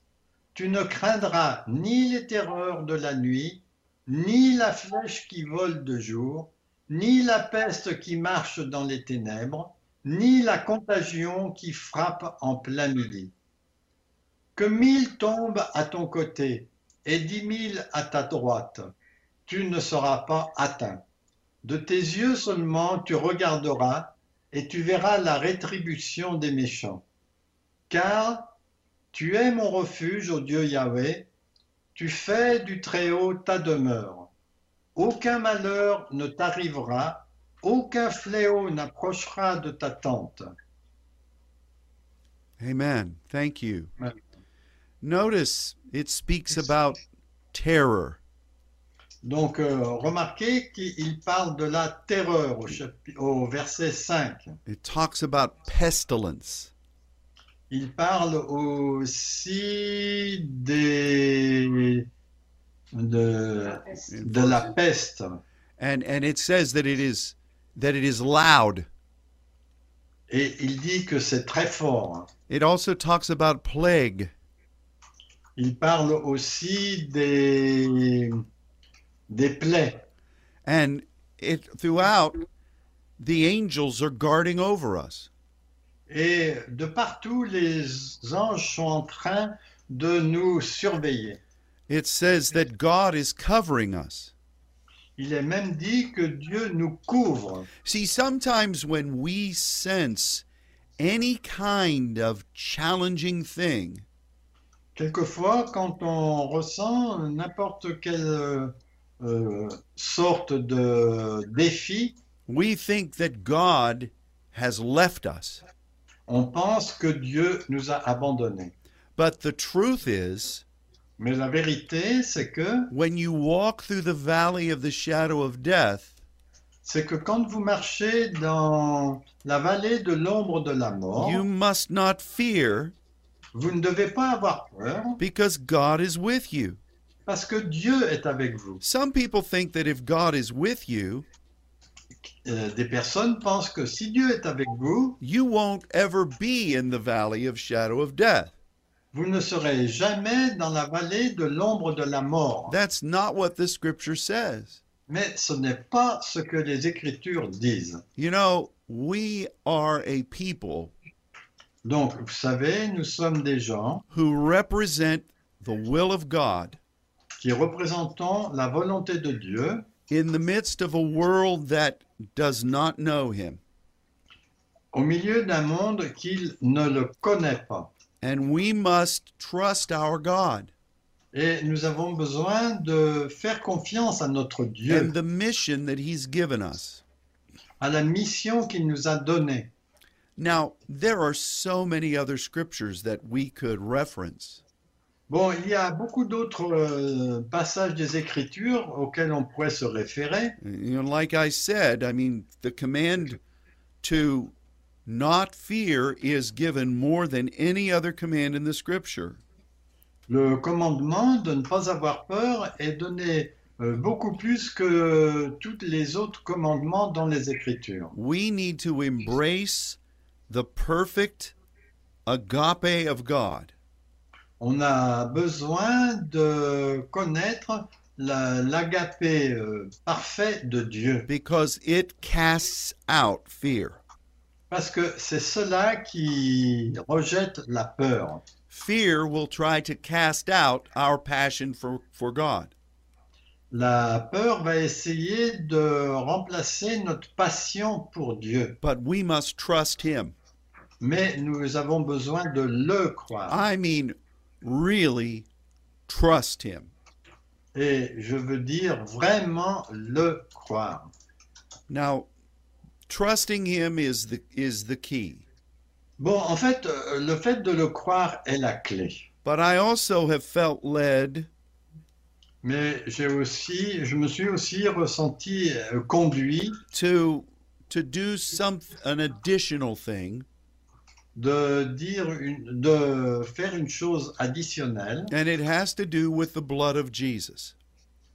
[SPEAKER 2] Tu ne craindras ni les terreurs de la nuit, ni la flèche qui vole de jour, ni la peste qui marche dans les ténèbres, ni la contagion qui frappe en plein midi. Que mille tombent à ton côté et dix mille à ta droite, tu ne seras pas atteint. De tes yeux seulement tu regarderas et tu verras la rétribution des méchants. Car tu es mon refuge, ô Dieu Yahvé, tu fais du Très-Haut ta demeure. Aucun malheur ne t'arrivera, aucun fléau n'approchera de ta tente.
[SPEAKER 1] Amen. Thank you.
[SPEAKER 2] Amen.
[SPEAKER 1] Notice it speaks about terror.
[SPEAKER 2] Donc euh, remarquez qu'il parle de la terreur au, chapi- au verset 5.
[SPEAKER 1] It talks about pestilence.
[SPEAKER 2] Il parle aussi des, de, de la peste.
[SPEAKER 1] And and it says that it is that it is loud.
[SPEAKER 2] Et il dit que c'est très fort.
[SPEAKER 1] It also talks about plague.
[SPEAKER 2] Il parle aussi des, des plaies.
[SPEAKER 1] And it throughout the angels are guarding over us.
[SPEAKER 2] Et de partout, les anges sont en train de nous surveiller.
[SPEAKER 1] It says that God is covering us.
[SPEAKER 2] Il est même dit que Dieu nous couvre.
[SPEAKER 1] See, sometimes when we sense any kind of challenging thing,
[SPEAKER 2] Quelquefois, quand on ressent n'importe quelle euh, euh, sorte de défi,
[SPEAKER 1] we think that God has left us.
[SPEAKER 2] on pense que Dieu nous a abandonnés.
[SPEAKER 1] But the truth is,
[SPEAKER 2] Mais la vérité, c'est que
[SPEAKER 1] when you walk through the valley of the shadow of death,
[SPEAKER 2] c'est que quand vous marchez dans la vallée de l'ombre de la mort,
[SPEAKER 1] you must not fear
[SPEAKER 2] vous ne devez pas avoir peur
[SPEAKER 1] because God is with you.
[SPEAKER 2] parce que Dieu est avec vous.
[SPEAKER 1] Some people think that if God is with you,
[SPEAKER 2] Euh, des personnes pensent que si Dieu est avec vous,
[SPEAKER 1] you won't ever be in the valley of shadow of death.
[SPEAKER 2] vous ne serez jamais dans la vallée de l'ombre de la mort.
[SPEAKER 1] That's not what the scripture says.
[SPEAKER 2] Mais ce n'est pas ce que les Écritures disent.
[SPEAKER 1] You know, we are a people
[SPEAKER 2] Donc, vous savez, nous sommes des gens
[SPEAKER 1] who represent the will of God
[SPEAKER 2] qui représentons la volonté de Dieu
[SPEAKER 1] in the midst of a world that does not know Him.
[SPEAKER 2] au milieu d'un monde qu'il ne le connaît pas.
[SPEAKER 1] And we must trust our God
[SPEAKER 2] Et nous avons besoin de faire confiance à notre Dieu,
[SPEAKER 1] and the mission that He's given us.
[SPEAKER 2] à la mission qu'il nous a donnée.
[SPEAKER 1] Now, there are so many other scriptures that we could reference,
[SPEAKER 2] Bon, il y a beaucoup d'autres euh, passages des Écritures auxquels on pourrait se référer.
[SPEAKER 1] You know, like I said, I mean, the command to not fear is given more than any other command in the scripture.
[SPEAKER 2] Le commandement de ne pas avoir peur est donné euh, beaucoup plus que tous les autres commandements dans les Écritures.
[SPEAKER 1] We need to embrace the perfect agape of God.
[SPEAKER 2] On a besoin de connaître la- l'agapé euh, parfait de Dieu,
[SPEAKER 1] because it casts out fear.
[SPEAKER 2] parce que c'est cela qui rejette la peur.
[SPEAKER 1] Fear will try to cast out our passion for, for God.
[SPEAKER 2] La peur va essayer de remplacer notre passion pour Dieu,
[SPEAKER 1] But we must trust Him.
[SPEAKER 2] mais nous avons besoin de le croire.
[SPEAKER 1] I mean, really trust Him.
[SPEAKER 2] Et je veux dire vraiment le croire.
[SPEAKER 1] Now, trusting him is the is the key.
[SPEAKER 2] Bon, en fait, euh, le fait de le croire est la clé.
[SPEAKER 1] But I also have felt led
[SPEAKER 2] Mais j'ai aussi, je me suis aussi ressenti euh, conduit
[SPEAKER 1] to to do some an additional thing,
[SPEAKER 2] de dire, une- de faire une chose additionnelle,
[SPEAKER 1] and it has to do with the blood of Jesus.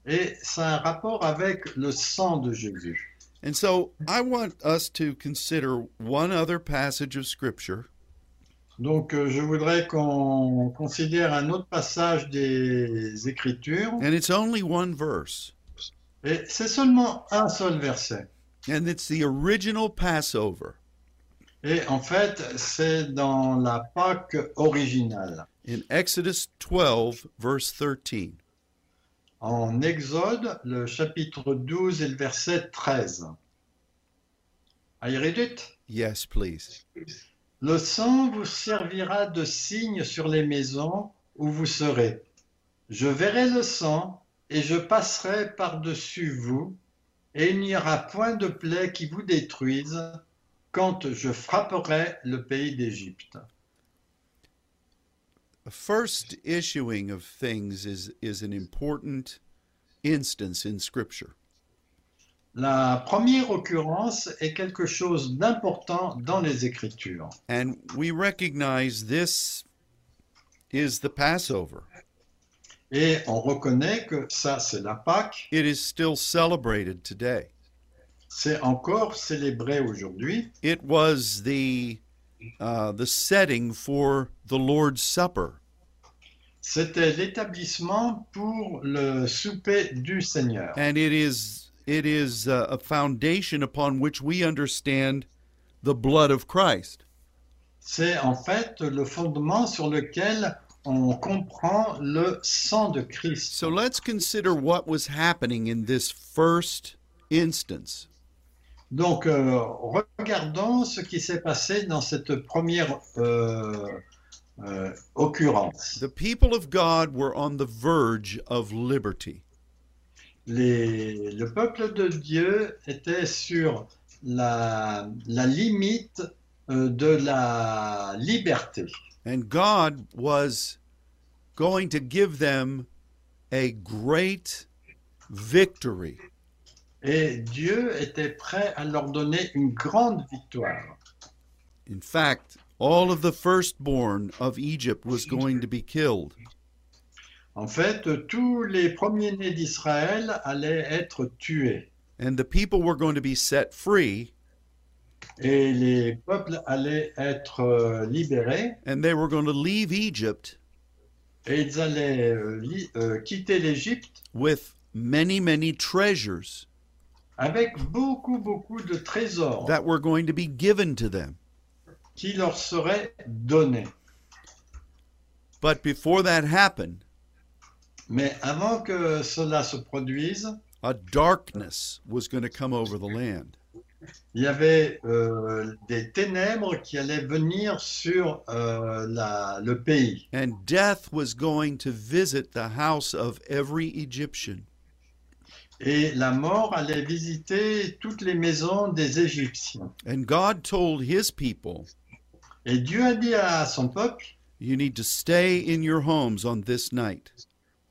[SPEAKER 2] et ça a un rapport avec le sang de Jésus.
[SPEAKER 1] And so I want us to consider one other passage of Scripture
[SPEAKER 2] Donc, euh, je voudrais qu'on considère un autre passage des Écritures,
[SPEAKER 1] And it's only one verse.
[SPEAKER 2] et c'est seulement un seul verset.
[SPEAKER 1] And it's the original Passover
[SPEAKER 2] Et en fait, c'est dans la Pâque originale,
[SPEAKER 1] in Exodus 12, verse 13.
[SPEAKER 2] en Exode, le chapitre 12 et le verset 13. I read it?
[SPEAKER 1] Yes, please.
[SPEAKER 2] Le sang vous servira de signe sur les maisons où vous serez. Je verrai le sang et je passerai par-dessus vous, et il n'y aura point de plaie qui vous détruise quand je frapperai le pays d'Égypte.
[SPEAKER 1] The first issuing of things is, is an important instance in Scripture.
[SPEAKER 2] La première occurrence est quelque chose d'important dans les Écritures.
[SPEAKER 1] And we recognize this is the Passover.
[SPEAKER 2] Et on reconnaît que ça, c'est la Pâque,
[SPEAKER 1] It is still celebrated today.
[SPEAKER 2] c'est encore célébré aujourd'hui.
[SPEAKER 1] It was the, uh, the setting for the Lord's Supper.
[SPEAKER 2] C'était l'établissement pour le souper du Seigneur.
[SPEAKER 1] and it is it is uh, a foundation upon which we understand the blood of Christ.
[SPEAKER 2] C'est en fait le fondement sur lequel on comprend le sang de Christ.
[SPEAKER 1] So let's consider what was happening in this first instance.
[SPEAKER 2] Donc, euh, regardons ce qui s'est passé dans cette première euh, euh, occurrence.
[SPEAKER 1] The people of God were on the verge of liberty.
[SPEAKER 2] Les- le peuple de Dieu était sur la, la limite euh, de la liberté.
[SPEAKER 1] And God was going to give them a great victory.
[SPEAKER 2] Et Dieu était prêt à leur donner une grande victoire.
[SPEAKER 1] In fact, all of the firstborn of Egypt was going to be killed.
[SPEAKER 2] En fait, tous les premiers-nés d'Israël allaient être tués
[SPEAKER 1] And the people were going to be set free
[SPEAKER 2] et les peuples allaient être euh, libérés
[SPEAKER 1] and they were going to leave Egypt
[SPEAKER 2] et ils allaient euh, li- euh, quitter l'Égypte
[SPEAKER 1] with many, many treasures
[SPEAKER 2] avec beaucoup, beaucoup de trésors
[SPEAKER 1] that were going to be given to them.
[SPEAKER 2] qui leur seraient donnés.
[SPEAKER 1] But before that happened,
[SPEAKER 2] Mais avant que cela se produise,
[SPEAKER 1] a darkness was going to come over the land.
[SPEAKER 2] il y avait euh, des ténèbres qui allaient venir sur euh, la- le pays.
[SPEAKER 1] And death was going to visit the house of every Egyptian.
[SPEAKER 2] Et la mort allait visiter toutes les maisons des Égyptiens.
[SPEAKER 1] And God told his people,
[SPEAKER 2] Et Dieu a dit à son peuple,
[SPEAKER 1] You need to stay in your homes on this night,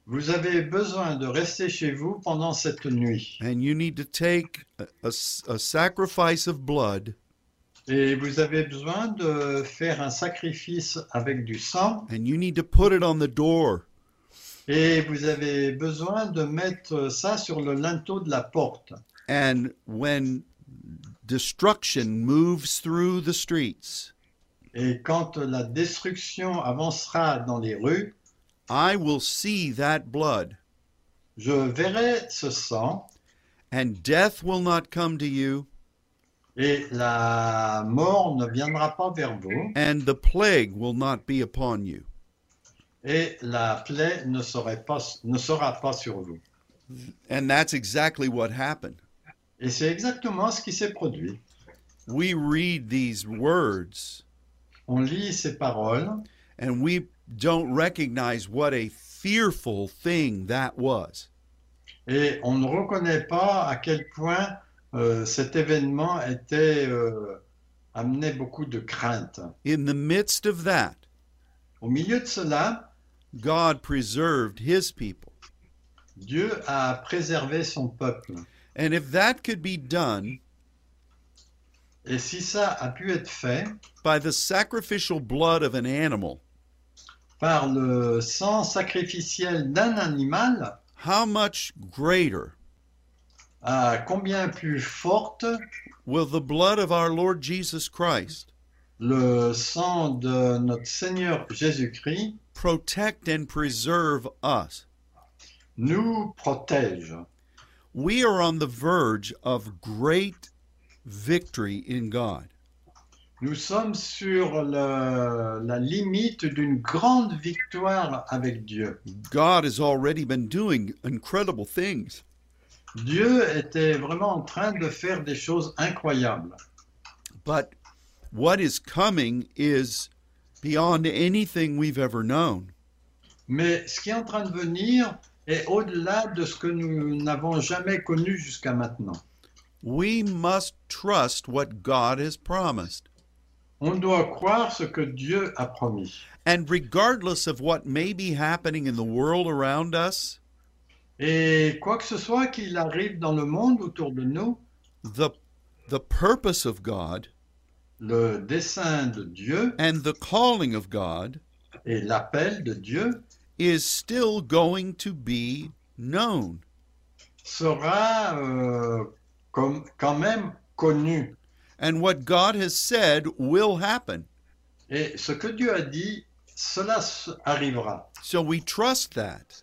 [SPEAKER 2] vous avez besoin de rester chez vous pendant cette nuit.
[SPEAKER 1] and you need to take a, a s- a sacrifice of blood,
[SPEAKER 2] Et vous avez besoin de faire un sacrifice avec du sang.
[SPEAKER 1] and you need to put it on the door
[SPEAKER 2] Et vous avez besoin de mettre ça sur le linteau de la porte.
[SPEAKER 1] And when destruction moves through the streets,
[SPEAKER 2] Et quand la destruction avancera dans les rues,
[SPEAKER 1] I will see that blood,
[SPEAKER 2] je verrai ce sang.
[SPEAKER 1] and death will not come to you,
[SPEAKER 2] Et la mort ne viendra pas vers vous.
[SPEAKER 1] and the plague will not be upon you.
[SPEAKER 2] et la plaie ne, serait pas, ne sera pas sur vous.
[SPEAKER 1] And that's exactly what happened.
[SPEAKER 2] Et c'est exactement ce qui s'est produit.
[SPEAKER 1] We read these words
[SPEAKER 2] On lit ces paroles
[SPEAKER 1] and we don't recognize what a fearful thing that was.
[SPEAKER 2] et on ne reconnaît pas à quel point euh, cet événement était euh, amenait beaucoup de crainte.
[SPEAKER 1] In the midst of that,
[SPEAKER 2] Au milieu de cela,
[SPEAKER 1] God preserved his people.
[SPEAKER 2] Dieu a préservé son peuple.
[SPEAKER 1] And if that could be done
[SPEAKER 2] Et si ça a pu être fait
[SPEAKER 1] by the sacrificial blood of an animal,
[SPEAKER 2] par le sang sacrificiel d'un animal,
[SPEAKER 1] how much greater
[SPEAKER 2] à combien plus forte
[SPEAKER 1] will the blood of our Lord Jesus Christ
[SPEAKER 2] le sang de notre Seigneur Jésus-Christ
[SPEAKER 1] protect and preserve us?
[SPEAKER 2] nous protège.
[SPEAKER 1] We are on the verge of great victory in God.
[SPEAKER 2] Nous sommes sur le- la limite d'une grande victoire avec Dieu.
[SPEAKER 1] God has already been doing incredible things,
[SPEAKER 2] Dieu était vraiment en train de faire des choses incroyables.
[SPEAKER 1] but what is coming is beyond anything we've ever known.
[SPEAKER 2] Mais ce qui est en train de venir est au-delà de ce que nous n'avons jamais connu jusqu'à maintenant.
[SPEAKER 1] We must trust what God has promised.
[SPEAKER 2] On doit croire ce que Dieu a promis.
[SPEAKER 1] And regardless of what may be happening in the world around us,
[SPEAKER 2] Et quoi que ce soit qu'il arrive dans le monde autour de nous,
[SPEAKER 1] the the purpose of God
[SPEAKER 2] le dessein de Dieu
[SPEAKER 1] and the calling of God
[SPEAKER 2] et l'appel de Dieu
[SPEAKER 1] is still going to be known.
[SPEAKER 2] sera euh, comme- quand même connu.
[SPEAKER 1] And what God has said will happen.
[SPEAKER 2] Et ce que Dieu a dit, cela s- arrivera.
[SPEAKER 1] So we trust that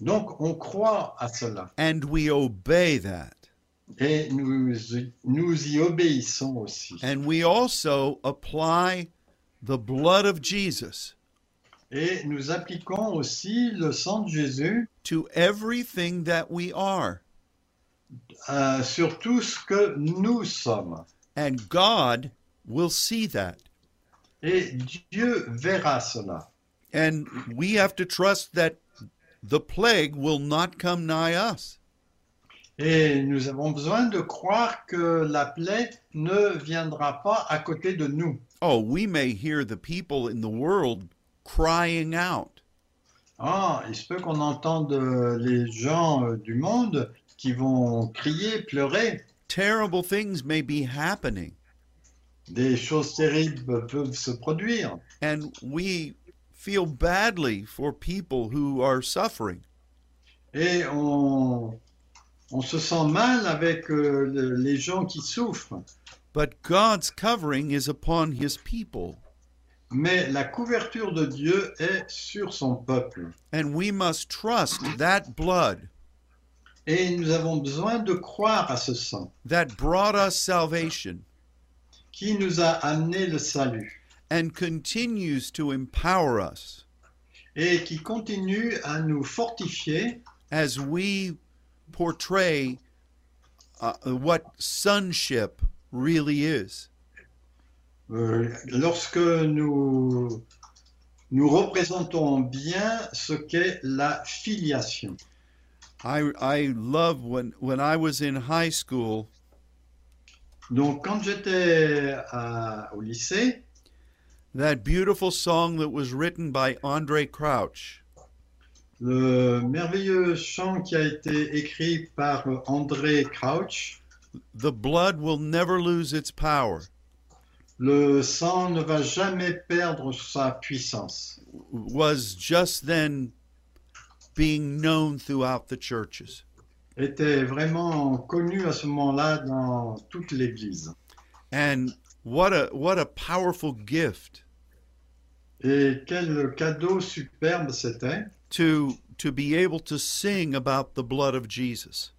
[SPEAKER 2] Donc on croit à cela
[SPEAKER 1] and we obey that.
[SPEAKER 2] et nous, y- nous y obéissons aussi.
[SPEAKER 1] And we also apply the blood of Jesus
[SPEAKER 2] Et nous appliquons aussi le sang de Jésus
[SPEAKER 1] to everything that we are.
[SPEAKER 2] euh, sur tout ce que nous sommes.
[SPEAKER 1] And God will see that.
[SPEAKER 2] Et Dieu verra cela.
[SPEAKER 1] And we have to trust that the plague will not come nigh us.
[SPEAKER 2] Et nous avons besoin de croire que la plaie ne viendra pas à côté de nous.
[SPEAKER 1] Oh, we may hear the people in the world crying out,
[SPEAKER 2] Ah, il se peut qu'on entende euh, les gens euh, du monde qui vont crier, pleurer.
[SPEAKER 1] terrible things may be happening.
[SPEAKER 2] Des choses terribles peuvent se produire.
[SPEAKER 1] And we feel badly for people who are suffering.
[SPEAKER 2] Et on, on se sent mal avec euh, le- les gens qui souffrent.
[SPEAKER 1] But God's covering is upon his people.
[SPEAKER 2] Mais la couverture de Dieu est sur son peuple.
[SPEAKER 1] And we must trust that blood
[SPEAKER 2] Et nous avons besoin de croire à ce sang
[SPEAKER 1] that brought us salvation
[SPEAKER 2] qui nous a amené le salut
[SPEAKER 1] and continues to empower us
[SPEAKER 2] et qui continue à nous fortifier
[SPEAKER 1] as we portray uh, what sonship really is.
[SPEAKER 2] euh, lorsque nous, nous représentons bien ce qu'est la filiation.
[SPEAKER 1] I, I love when, when I was in high school,
[SPEAKER 2] Donc quand j'étais à- au lycée,
[SPEAKER 1] that beautiful song that was written by Andre Crouch.
[SPEAKER 2] Le merveilleux chant qui a été écrit par André Crouch,
[SPEAKER 1] The blood will never lose its power.
[SPEAKER 2] Le sang ne va jamais perdre sa puissance,
[SPEAKER 1] was just then being known throughout the churches.
[SPEAKER 2] était vraiment connu à ce moment-là dans toute l'Église.
[SPEAKER 1] And what a what a powerful gift
[SPEAKER 2] Et quel cadeau superbe c'était
[SPEAKER 1] to to be able to sing about the blood of Jesus.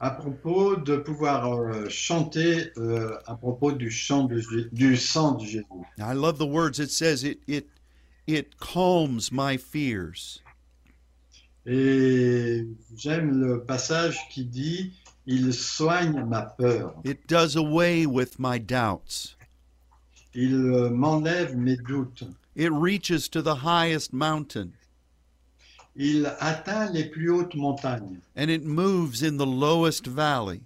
[SPEAKER 2] à propos de pouvoir euh, chanter euh, à propos du, chant de Jé- du sang de Jésus.
[SPEAKER 1] Now, I love the words it says it it it calms my fears.
[SPEAKER 2] Et j'aime le passage qui dit, Il soigne ma peur.
[SPEAKER 1] It does away with my doubts.
[SPEAKER 2] Il euh, m'enlève mes doutes.
[SPEAKER 1] It reaches to the highest mountain.
[SPEAKER 2] Il atteint les plus hautes montagnes
[SPEAKER 1] and it moves in the lowest valley.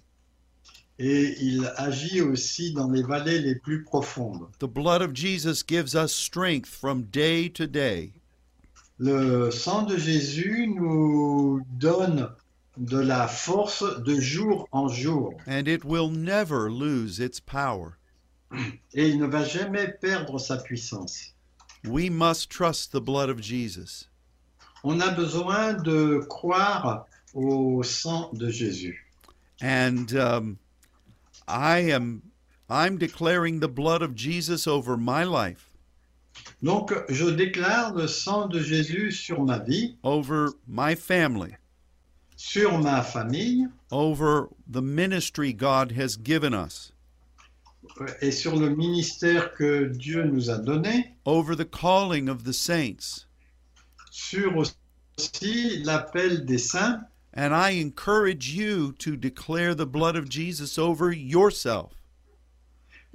[SPEAKER 2] et il agit aussi dans les vallées les plus profondes.
[SPEAKER 1] The blood of Jesus gives us strength from day to day.
[SPEAKER 2] Le sang de Jésus nous donne de la force de jour en jour
[SPEAKER 1] and it will never lose its power.
[SPEAKER 2] et il ne va jamais perdre sa puissance.
[SPEAKER 1] We must trust the blood of Jesus.
[SPEAKER 2] On a besoin de croire au sang de Jésus.
[SPEAKER 1] And um, I am I'm declaring the blood of Jesus over my life,
[SPEAKER 2] Donc je déclare le sang de Jésus sur ma vie,
[SPEAKER 1] over my family,
[SPEAKER 2] sur ma famille
[SPEAKER 1] over the ministry God has given us,
[SPEAKER 2] euh, et sur le ministère que Dieu nous a donné,
[SPEAKER 1] over the calling of the saints.
[SPEAKER 2] sur aussi l'appel des saints.
[SPEAKER 1] And I encourage you to declare the blood of Jesus over yourself.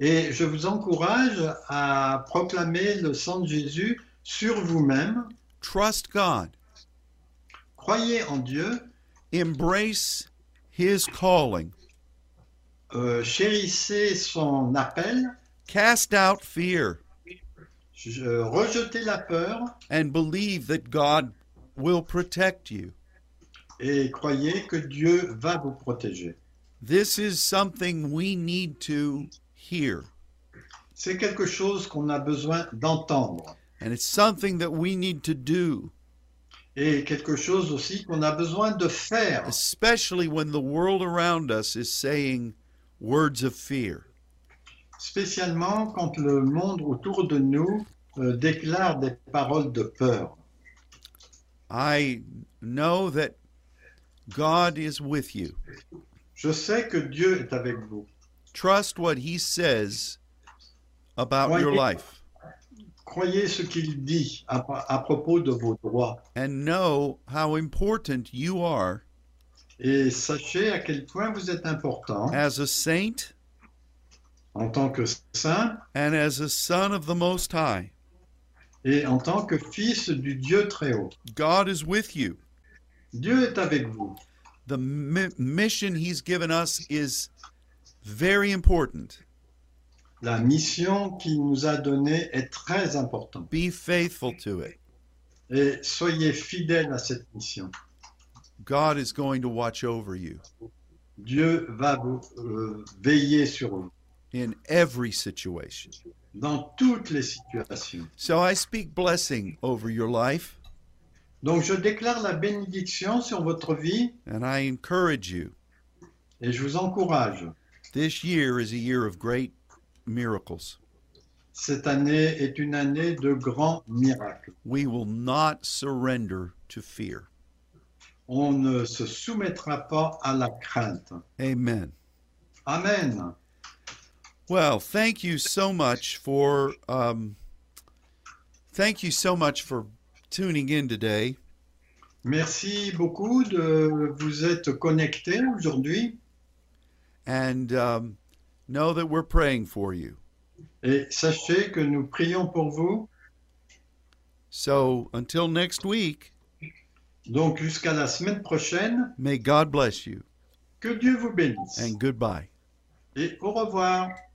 [SPEAKER 2] Et je vous encourage à proclamer le sang de Jésus sur vous-même.
[SPEAKER 1] Trust God.
[SPEAKER 2] Croyez en Dieu,
[SPEAKER 1] Embrace his calling.
[SPEAKER 2] euh, chérissez son appel,
[SPEAKER 1] Cast out fear.
[SPEAKER 2] je- euh, rejetez la peur
[SPEAKER 1] and believe that God will protect you.
[SPEAKER 2] et croyez que Dieu va vous protéger.
[SPEAKER 1] This is something we need to hear,
[SPEAKER 2] C'est quelque chose qu'on a besoin d'entendre
[SPEAKER 1] and it's something that we need to do,
[SPEAKER 2] et quelque chose aussi qu'on a besoin de faire,
[SPEAKER 1] especially when the world around us is saying words of fear.
[SPEAKER 2] spécialement quand le monde autour de nous euh, déclare des paroles de peur.
[SPEAKER 1] I know that God is with you.
[SPEAKER 2] Je sais que Dieu est avec vous.
[SPEAKER 1] Trust what He says about
[SPEAKER 2] Well,
[SPEAKER 1] your
[SPEAKER 2] yeah.
[SPEAKER 1] life
[SPEAKER 2] Croyez ce qu'il dit à, à propos de vos droits
[SPEAKER 1] and know how important you are
[SPEAKER 2] et sachez à quel point vous êtes important
[SPEAKER 1] as a saint
[SPEAKER 2] en tant que saint
[SPEAKER 1] and as a son of the Most High.
[SPEAKER 2] et en tant que fils du Dieu très haut.
[SPEAKER 1] God is with you.
[SPEAKER 2] Dieu est avec vous.
[SPEAKER 1] the mi- mission he's given us is very important.
[SPEAKER 2] La mission qu'il nous a donnée est très importante
[SPEAKER 1] Be faithful to it.
[SPEAKER 2] et soyez fidèles à cette mission.
[SPEAKER 1] God is going to watch over you
[SPEAKER 2] Dieu va vous euh, veiller sur vous
[SPEAKER 1] in every situation.
[SPEAKER 2] dans toutes les situations.
[SPEAKER 1] So I speak blessing over your life
[SPEAKER 2] Donc je déclare la bénédiction sur votre vie
[SPEAKER 1] and I encourage you.
[SPEAKER 2] et je vous encourage.
[SPEAKER 1] This year is a year of great miracles.
[SPEAKER 2] Cette année est une année de grands miracles.
[SPEAKER 1] We will not surrender to fear.
[SPEAKER 2] on ne se soumettra pas à la crainte.
[SPEAKER 1] Amen.
[SPEAKER 2] Amen.
[SPEAKER 1] Well, thank you so much for um, thank you so much for tuning in today.
[SPEAKER 2] Merci beaucoup de vous être connectés aujourd'hui
[SPEAKER 1] and um, know that we're praying for you.
[SPEAKER 2] et sachez que nous prions pour vous.
[SPEAKER 1] So until next week,
[SPEAKER 2] Donc jusqu'à la semaine prochaine,
[SPEAKER 1] may God bless you
[SPEAKER 2] que Dieu vous bénisse
[SPEAKER 1] and goodbye.
[SPEAKER 2] et au revoir.